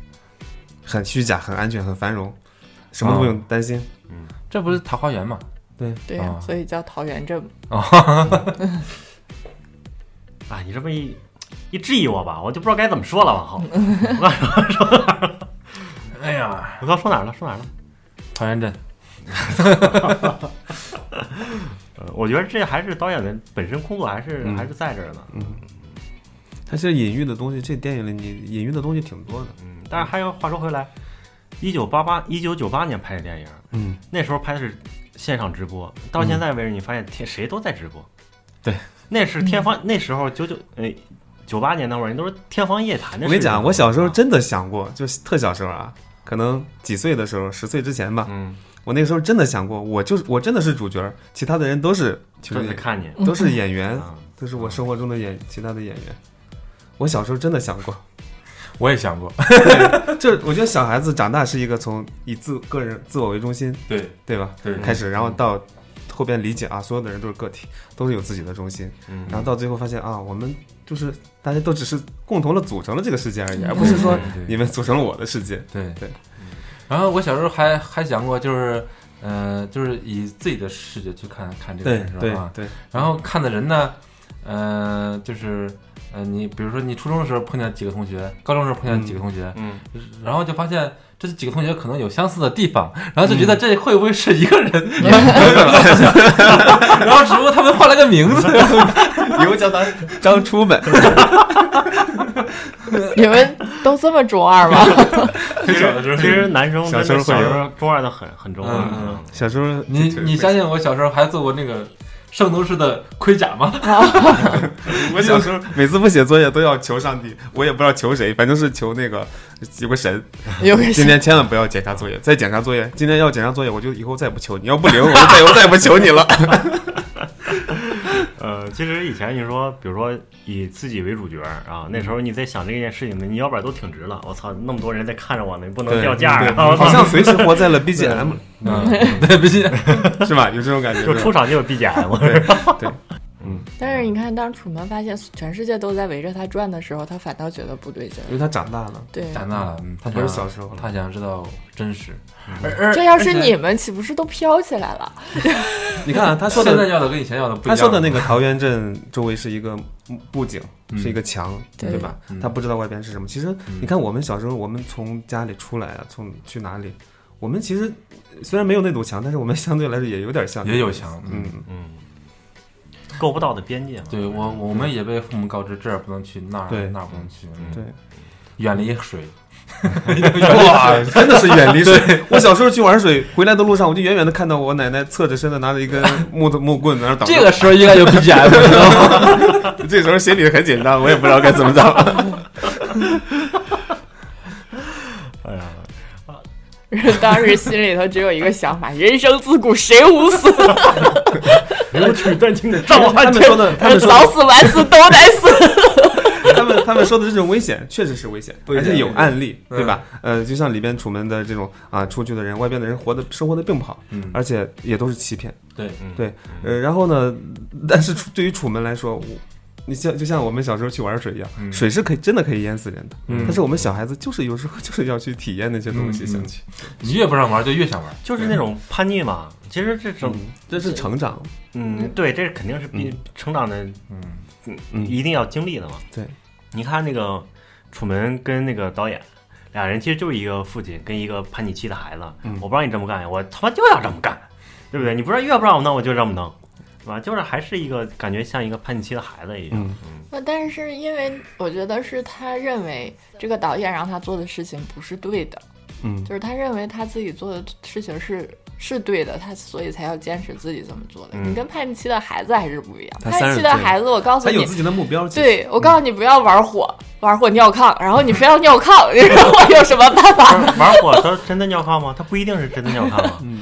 很虚假，很安全，很繁荣，什么啊都不用担心。这不是桃花源吗？对呀、啊哦所以叫桃源镇。啊，你这么一一质疑我吧，我就不知道该怎么说了。往后，哎呀，我刚说哪儿了？说哪儿了？桃源镇，呃，我觉得这还是导演的本身工作，还是、嗯还是在这儿呢。它其实隐喻的东西，这电影里你隐喻的东西挺多的。嗯，但是还有话说回来，一九八八一九九八年拍的电影，嗯，那时候拍的是线上直播，到现在为止，你发现天谁都在直播。对，嗯那是天方，那时候九九呃九八年那会儿，人都是天方夜谭的事情。我跟你讲，我小啊时候真的想过，就是特小时候啊，可能几岁的时候，十岁之前吧，嗯，我那个时候真的想过，我就是我真的是主角，其他的嗯人都是就就是是看你。都 是演员，啊都是我生活中的演其他的演员。我小时候真的想过，我也想过，就是我觉得小孩子长大是一个从以自个人自我为中心，对，对吧？对开始，然后到后边理解啊，所有的人都是个体，都是有自己的中心，嗯，然后到最后发现啊，我们就是大家都只是共同的组成了这个世界而已，而嗯不是说对你们组成了我的世界。对对。然后我小时候还还想过，就是呃，就是以自己的视觉去看看这个人，是对吧？啊对，然后看的人呢，呃，就是呃，你比如说你初中的时候碰见几个同学，高中的时候碰见几个同学，嗯，然后就发现这几个同学可能有相似的地方，然后就觉嗯得这会不会是一个人？ 然后只不过他们换了个名字。 以后叫他张初 本，你们都这么中二 吗？其小的时实候其实男生小真时候的会小有时候中二的很很中二嗯嗯嗯小时候你你相信我小时候还做过那个圣斗士的盔甲吗？我小时候每次不写作业都要求上帝，我也不知道求谁，反正是求那个有 个神，有个今天千万不要检查作业，再检查作业，今天要检查作业，我就以后再不求你，要不 灵，我就再也再也不求你了。呃，其实以前你说，比如说以自己为主角啊，那时候你在想这件事情呢，你腰板都挺直了。我操，那么多人在看着我呢，你不能掉价对儿 对啊！我好操，像随时活在了 BGM，嗯，对，毕竟是吧？有这种感觉，就出场就有 BGM。但是你看，当楚门发现全世界都在围着他转的时候，他反倒觉得不对劲儿因。为他长大了，对，长大了，嗯，他他不是想小时候了。他想知嗯道真实，而而这要而是且你们，岂不是都飘起来了？你看啊他说现在的，要的跟以前要的不一他样。说的那个桃源镇周围是一个布景，嗯是一个墙，对对吧嗯？他不知道外边是什么。其实你看，我们小时候，我们从家里出来啊，从去哪里，我们其实虽然没有那堵墙，但是我们相对来说也有点像，也有强，嗯，嗯， 嗯，够不到的边界嘛。对我我们也被父母告知这儿不能去，那儿对那儿不能去，嗯对。远离水。 哇，真的是远离 水。我小时候去玩水，回来的路上，我就远远的看到我奶奶侧着身子拿着一根木头木棍在那儿挡着。这个时候应该 有 BGM，你知道吗？ 这时候心里很紧张，我也不知道该怎么着。哎呀，当时心里头只有一个想法：人生自古谁无死？我去，丹青的召 他唤们 说的，他们说早的，死晚死都得死。他们他们说的这种危险确实是危险，对而且有案例，对对吧？呃，就像里边楚门的这种啊，出去的人，外边的人活的生活的并不好，嗯，而且也都是欺骗。对，嗯对，呃，然后呢，但是楚对于楚门来说，我。你像就像我们小时候去玩水一样，嗯水是可以真的可以淹死人的，嗯但是我们小孩子就是有时候 就是要去体验那些东西，嗯嗯想去，你越不让玩就越想玩。就是那种叛逆嘛。其实嗯这种，这是成长，嗯，对，这肯定是必成长的嗯，一定要经历的嘛。对，你看那个楚门跟那个导演俩人其实就是一个父亲跟一个叛逆期的孩子，嗯我不让你这么干，我他妈就要这么干，对不对？你不是越不让我弄，我就这么弄，对吧？就是还是一个感觉像一个叛逆期的孩啊子一样，嗯那 但是因为我觉得是他认为这个导演让他做的事情不是对的，嗯就是他认为他自己做的事情是是对的，他所以才要坚持自己这么做的。嗯你跟叛逆期的孩子还是不一样，他叛逆期的32岁孩子，我告诉他你有，自己的目标，其实，，对我告诉你不要玩火，玩火尿炕，然后你非要尿炕， 你说我有什么办嗯法？不是玩火他真的尿炕吗？他不一定是真的尿炕啊 嗯，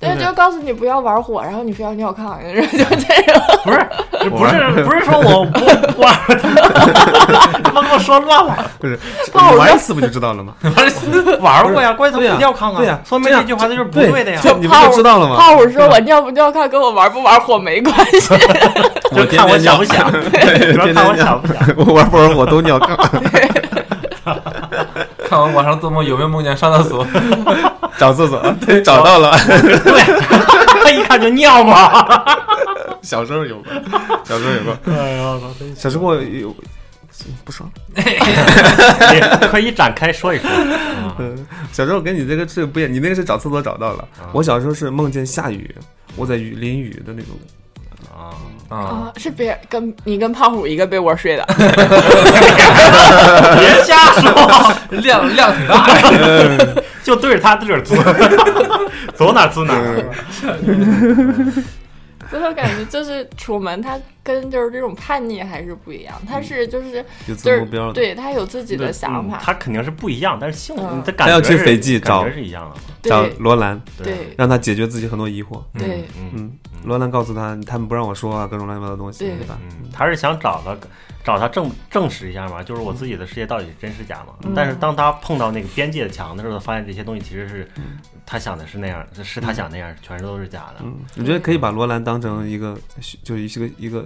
对，对就告诉你不要玩火，然后你非要尿炕，你说就 这种。不是不是不是说我不我他妈给我说乱了，不是，泡你着玩一次不就知道了吗？玩过呀，关键对他呀不尿炕啊对呀说明这这样句话他就是 不对的呀。就你不泡就嗯知道了 吗？泡我说我尿不尿炕跟我玩不玩火没关 系，就看我想不想， 对主要天看我天想不想。 我玩不玩火都尿 炕，看完晚上做梦有没有梦见上厕所？啊找厕所， 对，找到了。他 一看就尿嘛。小时候有 过，小时候有过，哎呀，小时候我有不说了，你哎可以展开说一说。嗯嗯，小时候跟你这个是不一样，你那个是找厕所找到了，我小时候是梦见下雨，我在雨淋雨的那种，啊，啊啊，是别跟你跟胖虎一个被窝睡的，别瞎说，量量挺大呀，就对着他自个儿滋，走哪儿滋哪嗯儿。所以我感觉就是楚门他跟就是这种叛逆还是不一样，他是就是有就自是目标的，对他有自己的想嗯法，他肯定是不一样，但是性嗯他感他觉要去是斐济感找觉是一样的嘛。嗯找对罗兰，对让他解决自己很多疑惑。对嗯嗯，罗兰告诉他，他们不让我说啊，各种乱七八糟的东西，对对吧？嗯，他是想找个找他证证实一下嘛，就是我自己的世界到底是真是假嘛。嗯但是当他碰到那个边界的墙的时候，他发现这些东西其实是他想的是那样的，是他想那样，全都是假的。嗯，我觉得可以把罗兰当成一个，就是一个一个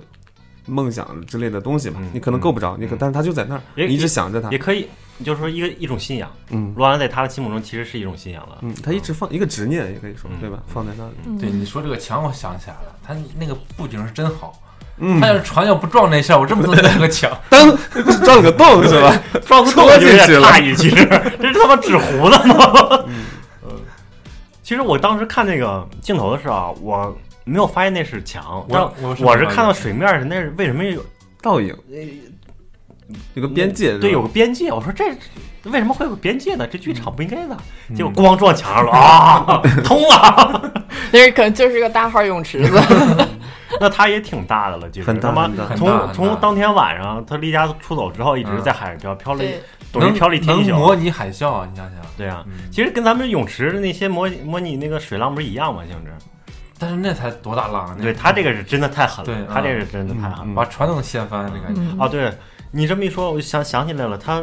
梦想之类的东西嘛嗯。你可能够不着，你可，但是他就在那儿，也你一直想着他也。可以，就是说一个一种信仰。嗯罗兰在他的心目中其实是一种信仰了。嗯，他一直放一个执念，也可以说嗯，对吧？放在那里。对，你说这个墙，我想起来了，他那个布景是真好。嗯他要是船要不撞那一下，我真不能那个墙。当撞了个洞是吧？撞个洞戳就有进点去了诧异，其实这是他妈纸糊的吗？ 呃其实我当时看那个镜头的时候啊，我没有发现那是墙，但我我我是看到水面儿，那是为什么有倒影， 有个边界，对，是吧有个边界。我说这为什么会有个边界呢？这剧场不应该的。嗯结果咣撞墙上了啊， 通了。 那可能就是个大号泳池子，那他也挺大的了，其实很大他妈很大很大从很从大当天晚上他离家出走之后，一直嗯在海上漂，漂了一对，等于漂了一天能一能宿。模拟海啸啊！你想想，对啊，嗯其实跟咱们泳池的那些模模拟那个水浪不是一样吗？性质，但是那才多大浪啊！那对他这个是真的太狠对了，他这个是真的太狠了。嗯把船都能掀翻，这感觉。嗯哦，对你这么一说，我就想想起来了，他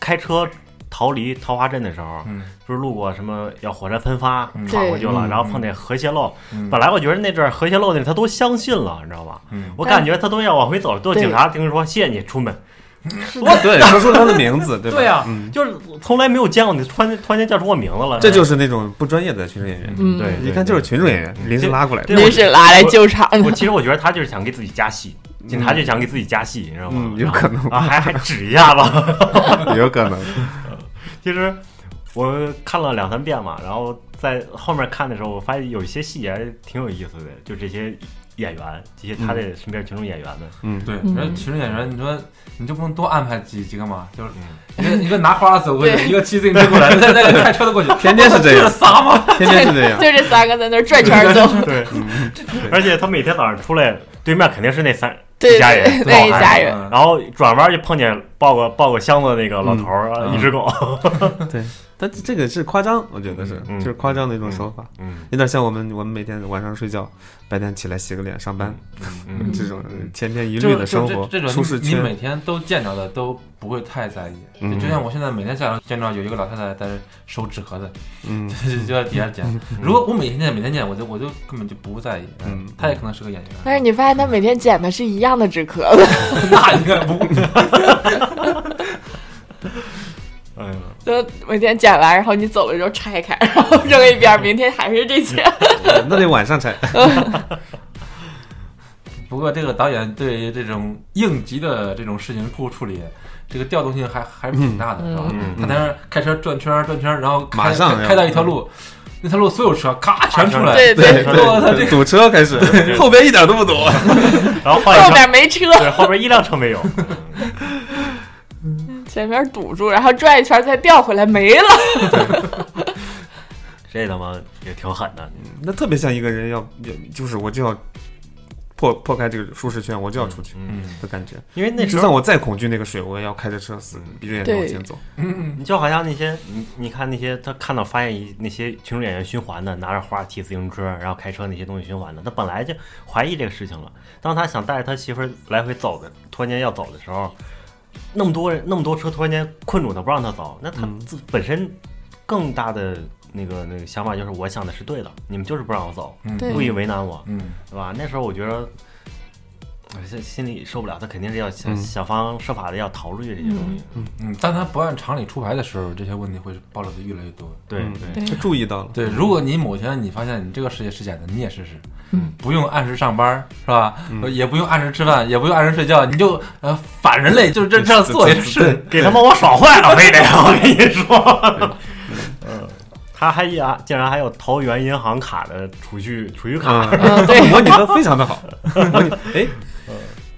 开车逃离桃花镇的时候，嗯不是路过什么要火山喷发嗯闯过去了，对然后碰见核泄漏。嗯，本来我觉得那阵儿核泄漏那他都相信了，你知道吧？嗯我感觉他都要往回走了，都对警察听说谢谢你出门， 对，说出他的名字，对吧？对呀嗯，就是从来没有见过你突然突然间叫出我名字了，这就是那种不专业的群众演员，嗯，对，一看就是群众演员，临时拉过来的。对我临时拉来救场我其实我觉得他就是想给自己加戏，警察就想给自己加戏，你知道吗？嗯，有可 能，啊，还还指一下吧。有可能。其实我看了两三遍嘛，然后在后面看的时候，我发现有一些细节还挺有意思的，就这些演员，这些他的身边群众演员们，嗯，对，嗯然后群众演员，你说你就不能多安排几几个嘛？就是嗯一个一个拿花走过去，对一个骑自行车过 来，再再开车子过去，天天是这 样这仨吗？天天是这啊样。 嗯就这三个在那儿转圈 儿走，对，而且他每天早上出来，对面肯定是那三对一家人，对对老一家汉人嗯然后转弯就碰见抱个抱个箱子那个老头儿，啊嗯一只狗，对，但这个是夸张，我觉得是，嗯就是夸张的一种手法，嗯有点像我们我们每天晚上睡觉，白天起来洗个脸上班嗯这种呃千篇一就律就的生活这这，舒种适你每圈。天都见着的都不会太在意。嗯就像我现在每天下楼见着有一个老太太在那收纸盒子， 嗯，就就在底下捡。如果我每天见每天见，我就我就根本就不在意。嗯她也可能是个演员。但是你发现他每天捡的是一样的纸壳子，那应该 不会。嗯，就每天捡完，然后你走了之后拆开，然后扔一边儿，明天还是这些。嗯那得晚上才。不过这个导演对于这种应急的这种事情处处理，这个调动性还还是挺大的，是吧？嗯他在那儿开车转圈儿转圈儿，然后开马上开要嗯开到一条路，那条路所有车咔全出来，对对对我操这堵车开始，后边一点都不堵。然后换后一辆，边没车，对，后边一辆车没有，前面堵住，然后转一圈再调回来没了。这他妈也挺狠的， 那特别像一个人要要，就是我就要破破开这个舒适圈，我就要出去嗯的感觉。因为那时就候算我再恐惧那个水，我也要开着车死闭着眼睛往前走。嗯你就好像那些你你看那些他看到发现一那些群众演员循环的，拿着花骑自行车，然后开车那些东西循环的，他本来就怀疑这个事情了。当他想带着他媳妇儿来回走的，突然间要走的时候，那么多人那么多车突然间困住他，不让他走，那他嗯自本身更大的那个那个想法就是我想的是对的，你们就是不让我走，嗯对故意为难我，嗯对吧？那时候我觉得。我心心里受不了，他肯定是要想、嗯想方设法的要逃出去这些东西。嗯，当他不按常理出牌的时候，这些问题会暴露的越来越多。嗯对、嗯对，他注意到了，对，如果你某天你发现你这个世界是假的，你也试试，嗯，不用按时上班是吧？也不用按时吃饭，也不用按时睡觉，你就呃反人类，就是这这样做也是。给他们我爽坏 了，非得我跟你说。嗯，他还呀，竟然还有桃园银行卡的储蓄储蓄卡， 啊，嗯，对，模拟的非常的 好。模拟哎，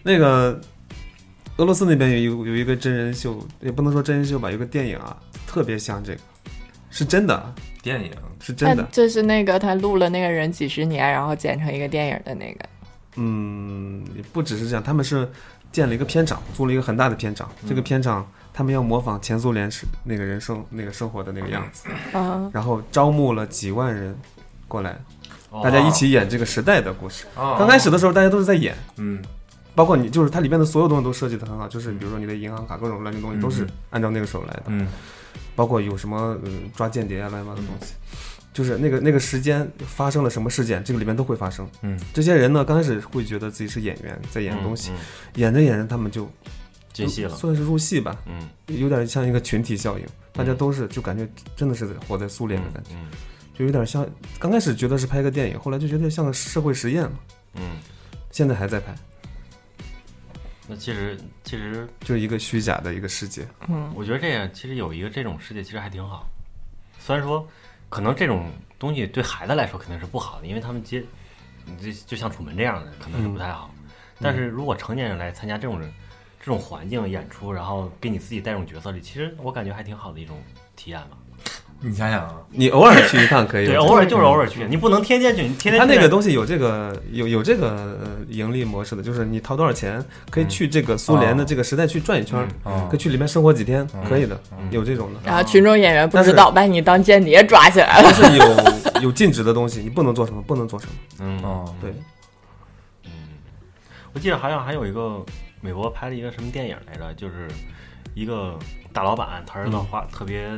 那个俄罗斯那边有一个有一个真人秀，也不能说真人秀吧，有个电影啊，特别像这个，是真的，啊电影是真的但。就是那个他录了那个人几十年，然后剪成一个电影的那个。嗯，也不只是这样，他们是建了一个片场，租了一个很大的片场。嗯这个片场，他们要模仿前苏联时那个人生那个生活的那个样嗯子，啊，然后招募了几万人过来，大家一起演这个时代的故事。哦。刚开始的时候，大家都是在演，嗯包括你，就是它里面的所有东西都设计的很好，就是比如说你的银行卡各种乱七八糟东西都是嗯按照那个时候来的，嗯包括有什么嗯抓间谍啊乱七八糟的东西。就是那个那个时间发生了什么事件，这个里面都会发生。嗯这些人呢，刚开始会觉得自己是演员，在演东西， 嗯演着演着，他们就进戏了。算是入戏吧，嗯，有点像一个群体效应，大家都是就感觉真的是在活在苏联的感觉，嗯就有点像刚开始觉得是拍个电影，后来就觉得像个社会实验嘛，嗯，现在还在拍，那其实其实就是一个虚假的一个世界。嗯，我觉得这样，其实有一个这种世界其实还挺好。虽然说可能这种东西对孩子来说肯定是不好的，因为他们接你这就像楚门这样的可能是不太好。但是如果成年人来参加这种人这种环境演出，然后给你自己带入角色里，其实我感觉还挺好的一种体验吧。你想想啊，你偶尔去一趟可以，对，偶尔就是偶尔去，你不能天天去，你天天他去那个东西有这个有有这个呃盈利模式的，就是你掏多少钱可嗯以去这个苏联的这个时代去转一圈儿，哦可以去里面生活几天，嗯可以的哦嗯，有 这种的。然后群众演员不知道把你当间谍抓起来了。但是有有禁止的东西，你不能做什么，不能做什么。嗯，哦对，我记得好像还有一个美国拍了一个什么电影来着，就是一个大老板他儿子花、特别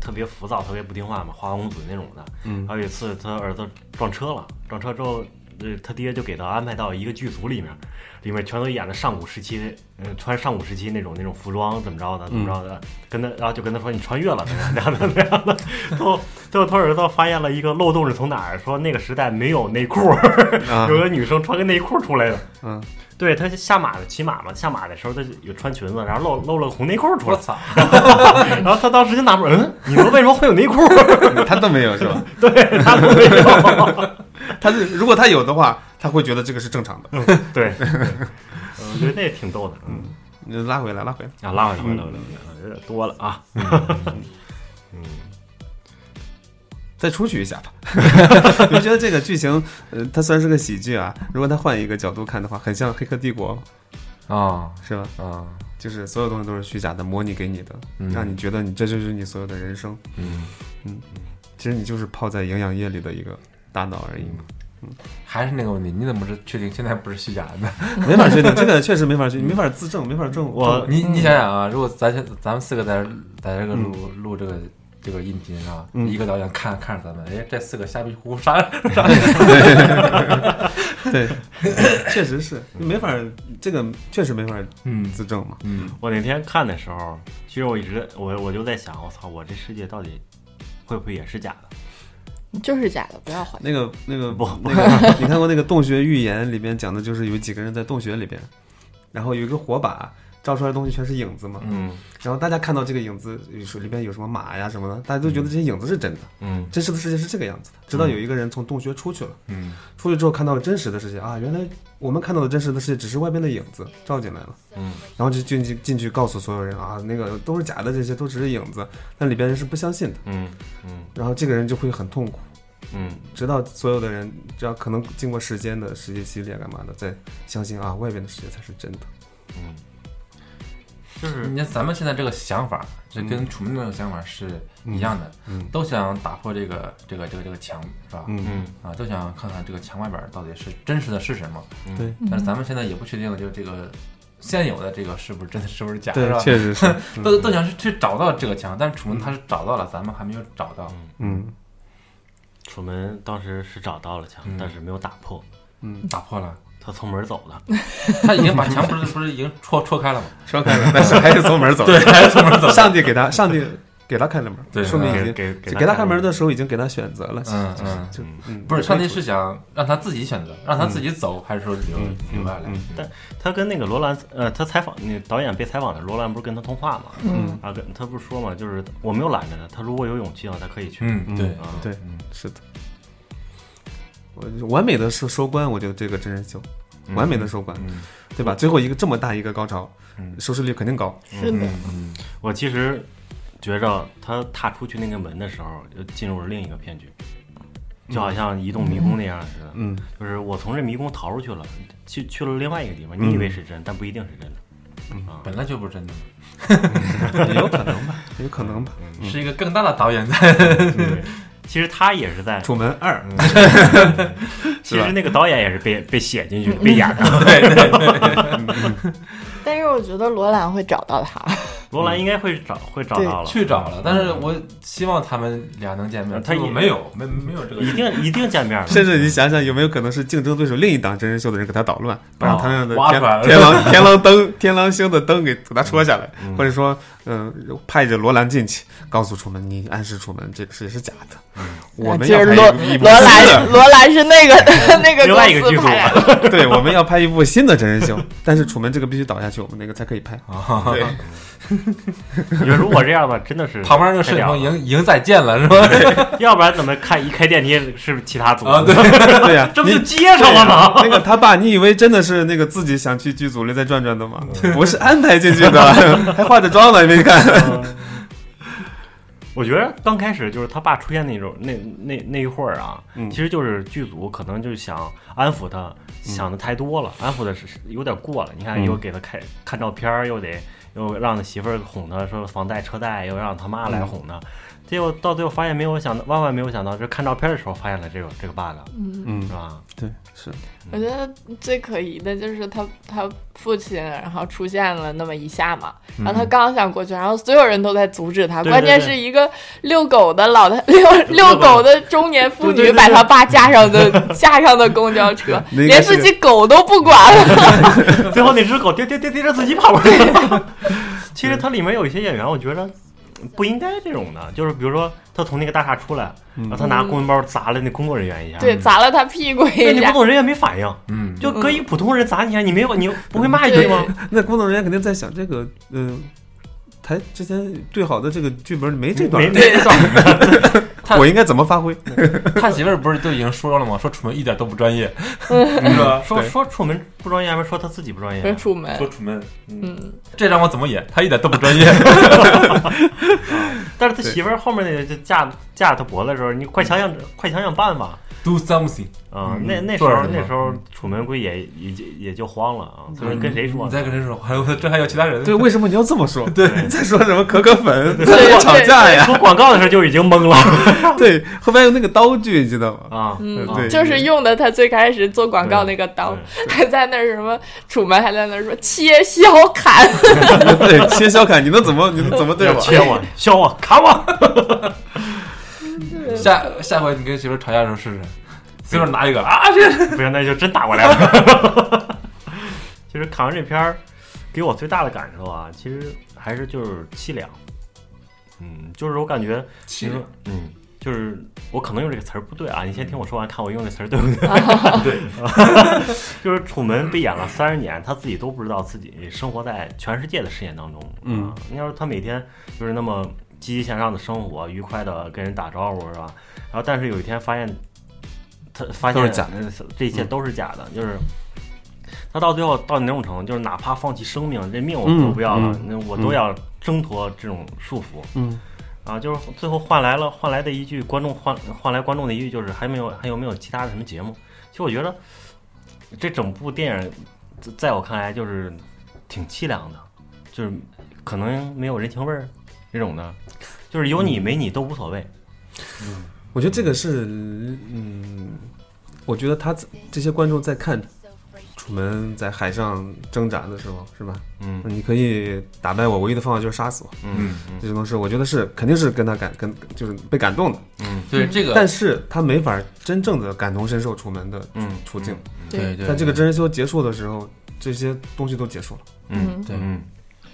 特别浮躁，特别不听话嘛，花花公子那种的。嗯还有一次他儿子撞车了，撞车之后，呃，他爹就给他安排到一个剧组里面，里面全都演的上古时期，嗯、穿上古时期那种那种服装怎么着的，怎么着嗯的，跟他然后就跟他说你穿越了，怎么样的怎么样的，最后最后他儿子发现了一个漏洞是从哪儿，说那个时代没有内裤。啊有，个女生穿个内裤出来的，嗯，对她下马的骑马嘛，下马的时候她就有穿裙子，然后露露了个红内裤出我来，操， 然后她当时就纳闷，嗯，你们为什么会有内裤？他都没有是吧？ 对，她都没 有，他是如果他有的话，他会觉得这个是正常的。 对，我觉得那也挺逗的，嗯，你拉回来，拉回来。啊，拉回来，回来，回来，有点多了啊，再出去一 下吧。你们觉得这个剧情，呃，它虽然是个喜剧啊，如果它换一个角度看的话，很像《黑客帝国啊》，是吧？啊，就是所有东西都是虚假的，模拟给你的，嗯让你觉得你这就是你所有的人生。嗯，其实你就是泡在营养液里的一个大脑而已嘛，嗯还是那个问题，你怎么是确定现在不是虚假的呢？ 没法确定，这个确实没法确嗯定，没法自证，没法证。我你嗯你想想啊，如果咱现咱们四个在这在这个录、录这个这个音频啊，嗯一个导演看看着咱们，哎，这四个瞎逼胡啥？ 对， 确实是没法，这个确实没法嗯自证嘛。嗯，我那天看的时候，其实我一直我我就在想，我操，我这世界到底会不会也是假的？就是假的，不要嗯怀疑。那个 那个不那个，你看过那个《洞穴寓言》里边讲的就是有几个人在洞穴里边，然后有一个火把照出来的东西全是影子嘛。嗯然后大家看到这个影子，水里边有什么马呀什么的，大家都觉得这些影子是真的，嗯真实的世界是这个样子的。直到有一个人从洞穴出去了，嗯出去之后看到了真实的世界啊，原来我们看到的真实的世界只是外边的影子照进来了，嗯，然后就进去进去告诉所有人啊，那个都是假的，这些都只是影子，但里边人是不相信的，嗯嗯然后这个人就会很痛苦，嗯直到所有的人，只要可能经过时间的世界系列干嘛的，再相信啊，外边的世界才是真的。嗯，就是嗯嗯你看咱们现在这个想法，这跟楚门那种想法是一样的，嗯都想打破这个这个这个这个墙，是吧？嗯，嗯，啊，都想看看这个墙外边到底是真实的是什么。嗯对但是咱们现在也不确定，就这个现有的这个是不是真的，是不是假，是对， 吧？确实是，都都想去去找到这个墙，但是楚门他是找到了，咱们还没有找到。嗯楚门当时是找到了墙嗯，但是没有打破，嗯，打破了，他从门走了。他已经把墙不是不是已经戳戳开了吗？烧开了，但是还是从 门走，对，还是从门走。上帝给他， 上帝给他开了门， 对说明已给经给给他开门的时候已经给他选择了，嗯其实嗯就嗯嗯，不是，就上可以帝是想让他自己选择，让他自己走，还是说留嗯留下来嗯？但他跟那个罗兰，呃，他采访那导演被采访的罗兰不是跟他通话吗？嗯啊，跟他不是说嘛，就是我没有拦着他，他如果有勇气的话，他可以去。嗯，对，啊，对嗯是的，我完美的收收官，我觉得这个真人秀嗯完美的收官，嗯对吧？最后一个这么大一个高潮，嗯收视率肯定高，是的，嗯我其实觉着他踏出去那个门的时候，就进入了另一个骗局，就好像移动迷宫那样似的。 嗯，就是我从这迷宫逃出去了，去去了另外一个地方，嗯你以为是真，但不一定是真的。啊，本来就不是真的，也有可能吧，也有可能吧。是一个更大的导演在。嗯对其实他也是在，嗯楚门二，其实那个导演也是被被写进去的，被演的。 嗯但是我觉得罗兰会找到他。罗兰应该会找会找对到了，去找了，但是我希望他们俩能见面。他结果也没有，没没有这个一 定一定见面了。甚至你想想有没有可能是竞争对手另一档真人秀的人给他捣哦乱，不让他让的挖出来天了天狼天狼灯天狼星的灯给给他戳下来，或者说嗯派着罗兰进去，告诉楚门你暗示楚门这个事是假嗯的，我们其要实拍啊罗一部罗新的兰罗兰是那个那个另外一个公司剧组派来的，对，我们要拍一部新的真人秀， 但是楚门这个必须倒下去，我们那个才可 以拍。啊，对，你说如果这样吧，真的是旁边那个摄太影屌棚了已经已经再见了，是吧？要不然怎么看一开电梯是不是其他组 啊，对，对呀、 这不你就接上了吗？那个他爸，你以为真的是那个自己想去剧组里再转转的吗？嗯不是安排进去的，还化着妆呢，你没看？我觉得刚开始就是他爸出现那种那那那一会儿啊，嗯其实就是剧组可能就想安抚他，想的太多了，安抚的是有点过了。你看，嗯又给他看看照片儿，又得又让他媳妇儿哄他说房贷车贷，又让他妈来哄他。嗯结果到最后发现没有想到，万万没有想到，这看照片的时候发现了这个这个 bug，嗯是，吧？对，是，我觉得最可疑的就是他他父亲，然后出现了那么一下嘛，然后他刚想过去，然后所有人都在阻止他，对对关键对是一个遛狗的老太遛遛狗的中年对妇女对对把他爸架上的 架上的公交车，那应连该是自己狗都不管了。 最后那只狗跌跌跌跌着自己跑过去了。 其实它里面有一些演员，我觉得不应该这种的，就是比如说他从那个大厦出来，嗯然后他拿公文包砸了那工作人员一下，对，砸了他屁股那一你工下，作人员没反应，嗯，就搁一普通人砸你一下，你没有你不会骂一句吗？那工作人员肯定在想这个，嗯、台之前对好的这个剧本里没这段没儿，没这 段儿，他 我应该怎么发挥？他媳妇儿不是都已经说了吗？说楚门一点都不专业，是吧？说对说楚门不专业，还没说他自己不专业说。楚 门，说楚门，嗯，嗯，这让我怎么演？他一点都不专业。但是他媳妇儿后面那个就架架他脖子的时候，你快想想快想想办法 Do something，啊！嗯那那时做点候什么嗯那时候楚门估计也也就也就慌了啊，就是跟谁说你呢？再跟谁说？还有这还有其他人？对，为什么你要这么说？对你在说什么可可粉？对在吵架呀？说广告的时候就已经懵了对，后边有那个刀具，你知道吗？ 啊！嗯对，就是用的他最开始做广告对那个刀，还在那儿什么，楚门还在那儿说切削砍，对，切小砍，你能怎么，你能怎么对要我？切 我、削我、砍我，下下回你跟媳妇儿吵架的时候试试，随便拿一个啊， 这不行，那就真打过来了。 其实看完这片儿，给我最大的感受啊，其实还是就是凄凉。嗯，就是我感觉，气嗯，就是我可能用这个词儿不对啊，你先听我说完，看我用这词儿对不对。对， 就是楚门被演了三十年，他自己都不知道自己生活在全世界的视野当中。嗯啊，你要是他每天就是那么积极向上的生活，愉快的跟人打招呼是吧？然后但是有一天发现，他发现都是假的，这一切都是假的，就是。他到最后到那种程度，就是哪怕放弃生命，这命我嗯都不要了嗯，那、我都要挣脱这种束缚。嗯，啊，就是最后换来了换来的一句观众换换来观众的一句就是还没有还有没有其他的什么节目？其实我觉得这整部电影在在我看来就是挺凄凉的，就是可能没有人情味儿这种的，就是有你没你都无所谓。我觉得这个是，嗯，我觉得他这些观众在看楚门在海上挣扎的时候，是吧？嗯你可以打败我，唯一的方法就是杀死我。嗯嗯这种事，我觉得是肯定是跟他感跟就是被感动的，嗯对这个，但是他没法真正的感同身受楚门的嗯，处境。对对，在这个真人秀结束的时候，这些东西都结束了。嗯嗯对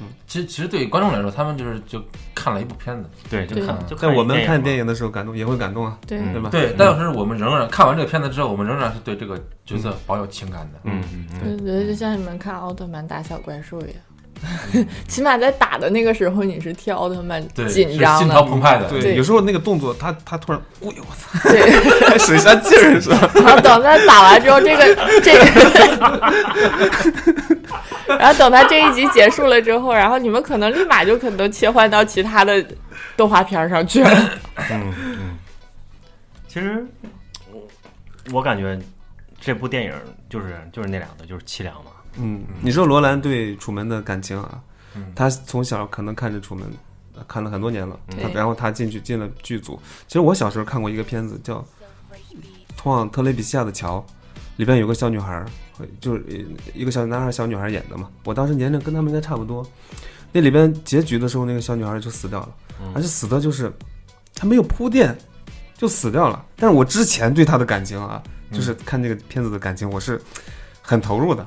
嗯，其实其实对于观众来说，他们就是就看了一部片子，对，就对啊看就看在我们看电电影的时候感动也会感动啊，对，嗯对吧？对，但是我们仍然看完这个片子之后，我们仍然是对这个角色保有情感的。嘛，嗯嗯嗯，我觉得就像你们看奥特曼打小怪兽一样， 起码在打的那个时候，你是替奥特曼对，是紧张心潮的，澎湃的。嗯对，对有时候那个动作，他 他突然，哎呦我操，对。还使一下劲儿是吧？然后等他打完之后，这个这个，然后等他这一集结束了之后，然后你们可能立马就可能都切换到其他的动画片儿上去 了。嗯，嗯，其实我我感觉这部电影就是就是那两个就是凄凉嘛。嗯，你说罗兰对楚门的感情啊，他从小可能看着楚门，呃看了很多年了，他对然后他进去进了剧组。其实我小时候看过一个片子叫《通往特雷比西亚的桥》，里边有个小女孩儿，呃就是呃一个小男孩儿小女孩儿演的嘛。我当时年龄跟他们应该差不多。那里边结局的时候，那个小女孩儿就死掉了，而且死的就是她没有铺垫就死掉了。但是我之前对她的感情啊，就是看这个片子的感情，我是很投入的。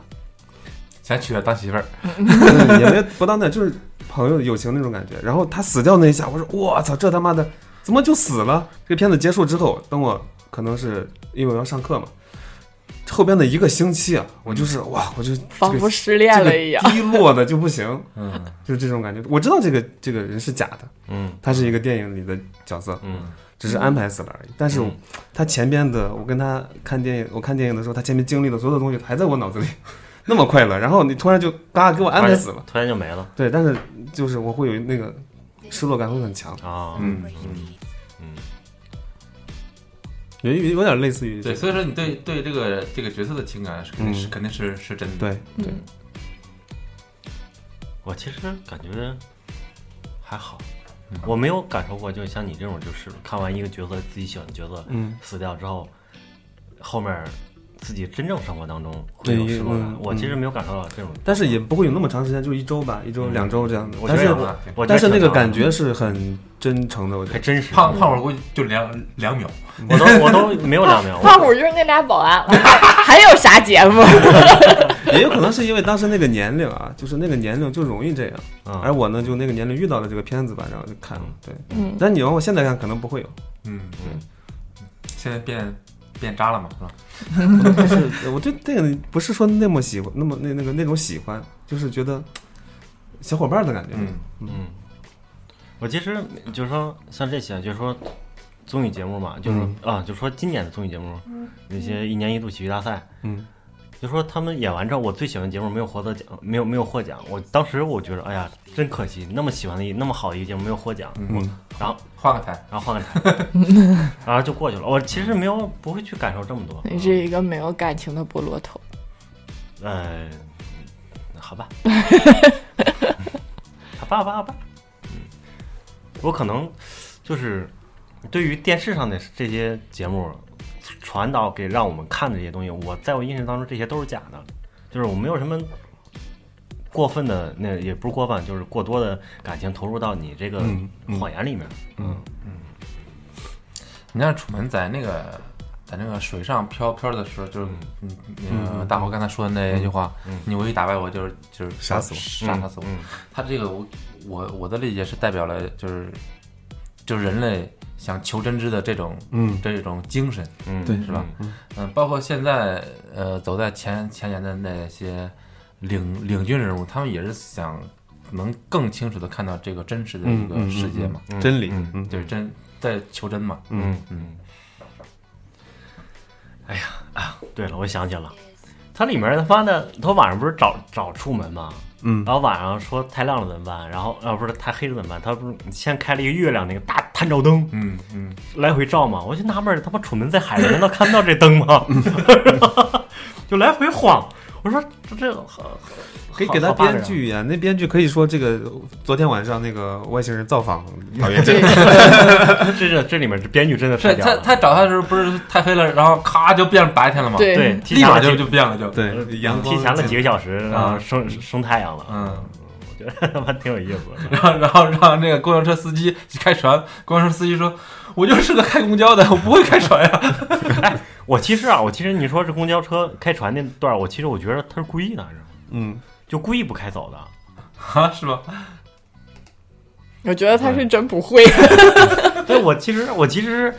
想娶她当媳妇儿， 嗯也没不到那，就是朋友友情那种感觉。然后他死掉那一下，我说我操，这他妈的怎么就死了？这片子结束之后，等我可能是因为我要上课嘛，后边的一个星期啊，我就是哇，我就仿这佛个失恋了一样。这个低落的就不行，嗯，就是这种感觉。我知道这个这个人是假的，嗯他是一个电影里的角色，嗯只是安排死了而已。但是嗯他前边的，我跟他看电影，我看电影的时候，他前面经历的所有的东西还在我脑子里， 那么快乐。然后你突然就嘎给我安排死了。突然就没了对，但是就是我会有那个失落感会很强，啊。嗯有有有点类似于对，所以说你对对这个这个角色的情感是肯定是肯定是是真的。对对，嗯，我其实感觉还好，嗯我没有感受过，就像你这种，就是看完一个角色自己喜欢的角色嗯死掉之后，后面自己真正生活当中会有失落对感嗯。我其实没有感受到这种，但是也不会有那么长时间，就一周吧，一周两周这样的。嗯我觉但得是有啊我觉得但是那挺个长感的觉是很真诚的，我觉 还得。真实。胖胖虎估计就两两秒，我都我都没有两秒。胖虎就是那俩保安，还有啥节目？ 也有可能是因为当时那个年龄啊，就是那个年龄就容易这样，嗯而我呢就那个年龄遇到了这个片子吧，然后就看了。对，嗯但你要我现在看可能不会有，嗯嗯，现在变变渣了嘛，是吧？但是呃我对这个不是说那么喜欢，那么那那个那种喜欢，就是觉得小伙伴的感觉。嗯，嗯，我其实就是说，像这些，就是说综艺节目嘛，就是、嗯啊，就说今年的综艺节目，那些一年一度喜剧大赛，嗯，就说他们演完之后，我最喜欢的节目没有获得奖，没有没有获奖，我当时我觉得，哎呀，真可惜，那么喜欢的一那么好的一个节目没有获奖，我嗯然后嗯换个台，然后换个台，然后就过去了。我其实没有不会去感受这么多，你是一个没有感情的菠萝头。呃，好 吧，好吧，好吧，好吧。嗯，我可能就是对于电视上的这些节目传导给让我们看的这些东西，我在我印象当中这些都是假的，就是我没有什么过分的，那也不是过分，就是过多的感情投入到你这个嗯嗯谎言里面。你看楚门在那个在那个水上漂漂的时候，就是嗯嗯，大伙刚才说的那一句话，你唯一打败我就是就是杀死我杀杀死我。嗯他这个我我我的理解是代表了就是就是人类想求真知的这种嗯，这种精神，嗯，对是吧？嗯，包括现在呃走在前前沿的那些领领军人物，他们也是想能更清楚的看到这个真实的一个世界嘛，嗯真理，嗯嗯，对，真在求真嘛，嗯嗯，对了，我想起来了，它里面他妈的，他晚上不是找找出门吗？嗯然后晚上说太亮了怎么办？然后啊不是太黑了怎么办？他不是先开了一个月亮那个大探照灯嗯嗯，来回照嘛？我就纳闷儿，他妈楚门在海上难道看不到这灯吗？ 就来回晃。我说这这好可以给他好巴着编剧呀、那编剧可以说这个昨天晚上那个外星人造访嗯 草原镇，啊，这这这里面这编剧真的太是屌他了，他找他的时候不是太黑了，然后咔就变白天了嘛，，对对，提立前马了就几就变了就，对，阳光嗯提前了几个小时，然后嗯升升太阳了，嗯。 我觉得他妈挺有意思的。然后，然后让那个公交车司机去开船。公交车司机说：“我就是个开公交的，我 不会开船呀。我其实啊，我其实你说这公交车开船那段儿，我其实我觉得他是故意的，是吗嗯，就故意不开走的。”啊，是吧？我觉得他是真不会， 对我其实我其实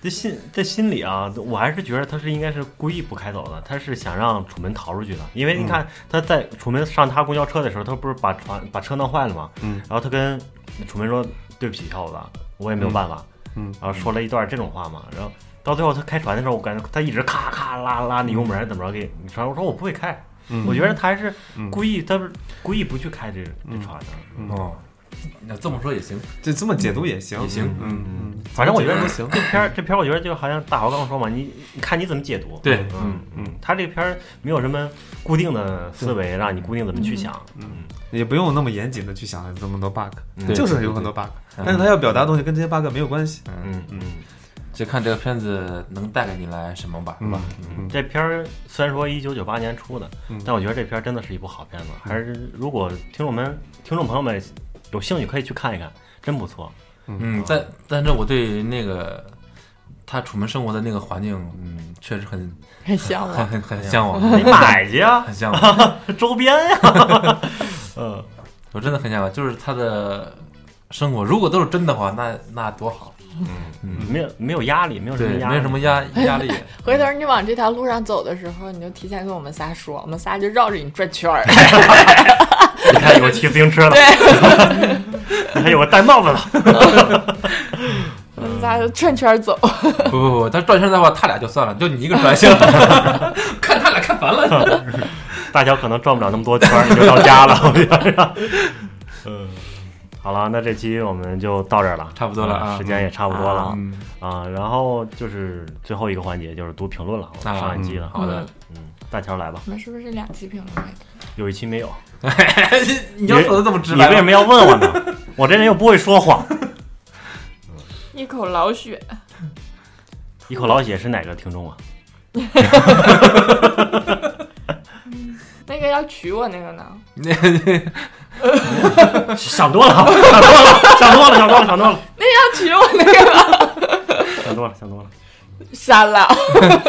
这心在心里啊，我还是觉得他是应该是故意不开走的，他是想让楚门逃出去的。因为你嗯看他在楚门上他公交车的时候，他不是把船把车弄坏了吗？嗯，然后他跟楚门说：“对不起，小伙子，我也没有办法。”嗯，然后说了一段这种话嘛，然后。到最后，他开船的时候，我感觉他一直咔咔拉拉你油门，怎么着给你船？我说我不会开，嗯我觉得他还是嗯故意，他是故意不去开这这船的。嗯哦，那这么说也行。就这么解读也行，也行嗯嗯，反正我觉得都行，这片儿这片儿，我觉得就好像大豪刚说嘛，你你看你怎么解读。对嗯嗯，他这片儿没有什么固定的思维，让你固定怎么去想。也不用那么严谨的去想这么多 bug，嗯对就是有很多 bug，但是他要表达的东西跟这些 bug 没有关系，嗯嗯就看这个片子能带给你来什么吧，是吧？嗯，这片儿虽然说一九九八年出的嗯，但我觉得这片儿真的是一部好片子。还是如果听众们、听众朋友们有兴趣，可以去看一看，真不 错。嗯，但但是我对那个他楚门生活的那个环境，嗯，确实很很 像很我。很很向往，你买去呀，很向往。周边呀。 嗯，我真的很向往，就是他的生活，如果都是真的话，那那多好。没有没有压力，没有什么对，压力，没有什么压压力。 回头你往这条路上走的时候，你就提前跟我们仨说，我们仨就绕着你转圈儿。你看有哎个骑自行车的，还有个戴帽子的。我们仨就转圈儿 走。不不不，他转圈的话，他俩就算了，就你一个转 性了，看他俩看烦了。大乔可能转不了那么多圈儿，你就到家了，我觉 得。嗯，好了，那这期我们就到这儿了，差不多了啊时间也差不多了、嗯，啊。然后就是最后一个环节，就是读评论了。我们啊上一期的，好的，嗯，大乔来吧，我们是不是两期评论来着？有一期没有，嗯 你要说的这么直你白为什吗，么要问我 呢？我这人又不会说谎。一口老血，一口老血是哪个听众啊？那个要娶我那个呢？想 多了，想多了，想多了，想多了，想多了，那个要娶我那个吗？想多了，想多了，删了。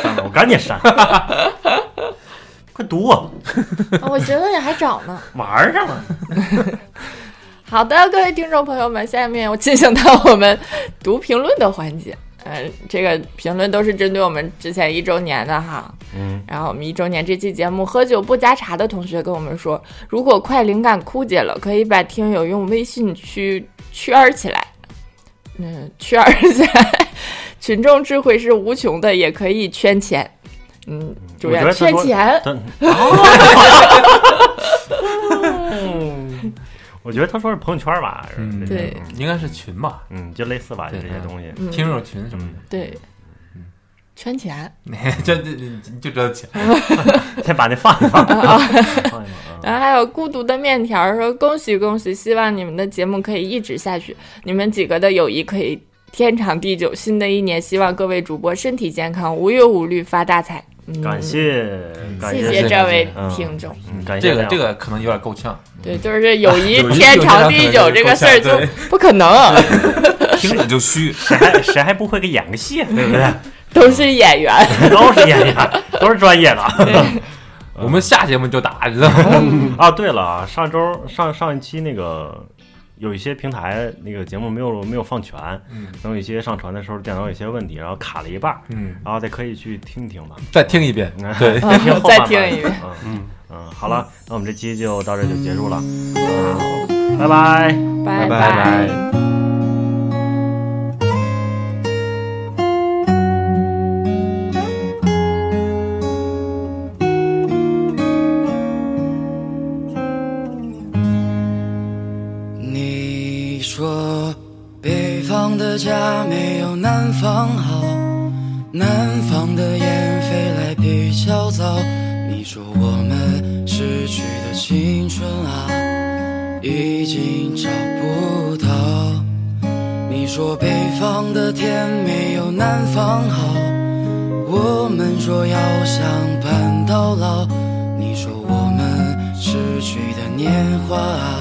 删了，我赶紧 删。快读啊，我寻思你还找呢。玩上了。 好的，各位听众朋友们，下面我进行到我们读评论的环节。呃，这个评论都是针对我们之前一周年的哈。嗯，然后我们一周年这期节目，喝酒不加茶的同学跟我们说，如果快灵感枯竭了，可以把听友用微信区圈儿起来，嗯，圈儿起来。群众智慧是无穷的，也可以圈钱。嗯，主我觉要得他圈说钱， 但嗯，我觉得他说是朋友圈吧，是嗯这些对嗯应该是群吧，嗯，就类似吧，就对这些东西。嗯听友群什么的，对，圈钱。 就就就知道钱。嗯先把那放一 放，哦放一放啊。然后还有孤独的面条说：“恭喜恭喜，希望你们的节目可以一直下去，你们几个的友谊可以天长地久。新的一年，希望各位主播身体健康，无忧无虑，发大财。嗯”感谢，感谢谢谢这位嗯听众。嗯感谢这个大家这个可能有点够呛，对，就是这友谊友谊天长地久这个事儿就对不可能，啊听着就虚，谁还谁还不会个演个 戏，对不嗯对？ 都是演员。都是演员，都是专 业的。我们下节目就打，知道吗？啊，对了啊，上周上上一期那个有一些平台那个节目没有没有放全，嗯然后有些上传的时候电脑有些问题，然后卡了一半儿，嗯，然后再可以去听一听 吧。再听一 遍，对，再听后半再听版一遍。嗯嗯，好了，那我们这期就到这就结束了，嗯，拜拜。拜拜拜拜你说北方的家没有南方好，南方的雁飞来比较早。你说我们逝去的青春啊，已经找不到。你说北方的天没有南方好，我们说要相伴到老。你说我们逝去的年华啊。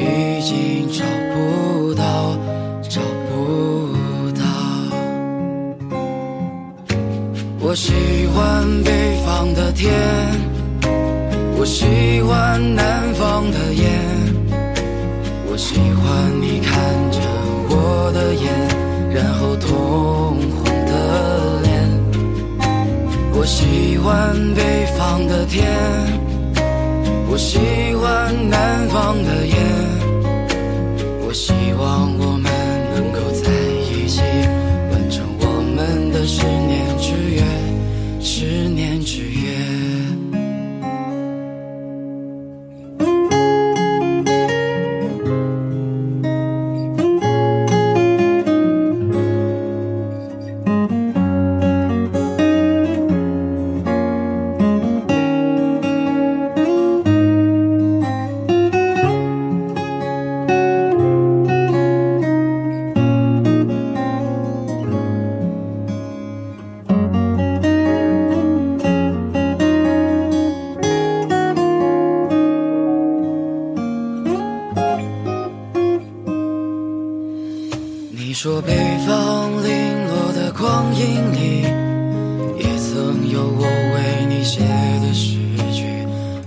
已经找不到，找不到。我喜欢北方的天，我喜欢南方的烟，我喜欢你看着我的眼，然后通红的脸。我喜欢北方的天。我喜欢南方的夜，我希望我们能够在一起，完成我们的十年之约，十年之约。你说北方零落的光阴里，也曾有我为你写的诗句。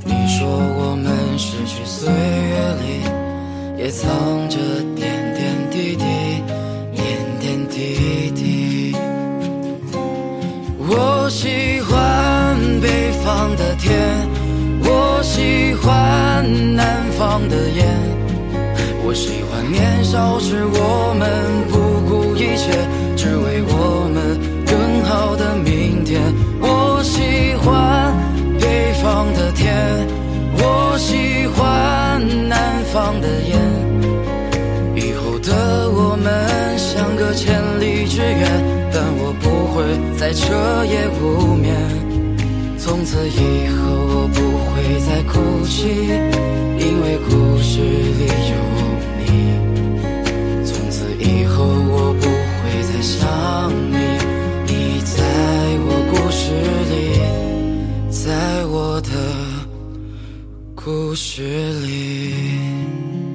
你说我们逝去岁月里，也藏着点点滴滴，点点滴滴。我喜欢北方的天，我喜欢南方的烟。我喜欢年少时我们不顾一切，只为我们更好的明天。我喜欢北方的天，我喜欢南方的烟。以后的我们相隔千里之远，但我不会再彻夜无眠。从此以后，我不会再哭泣。因为故事里有你。从此以后，我不会再想你，你在我故事里，在我的故事里。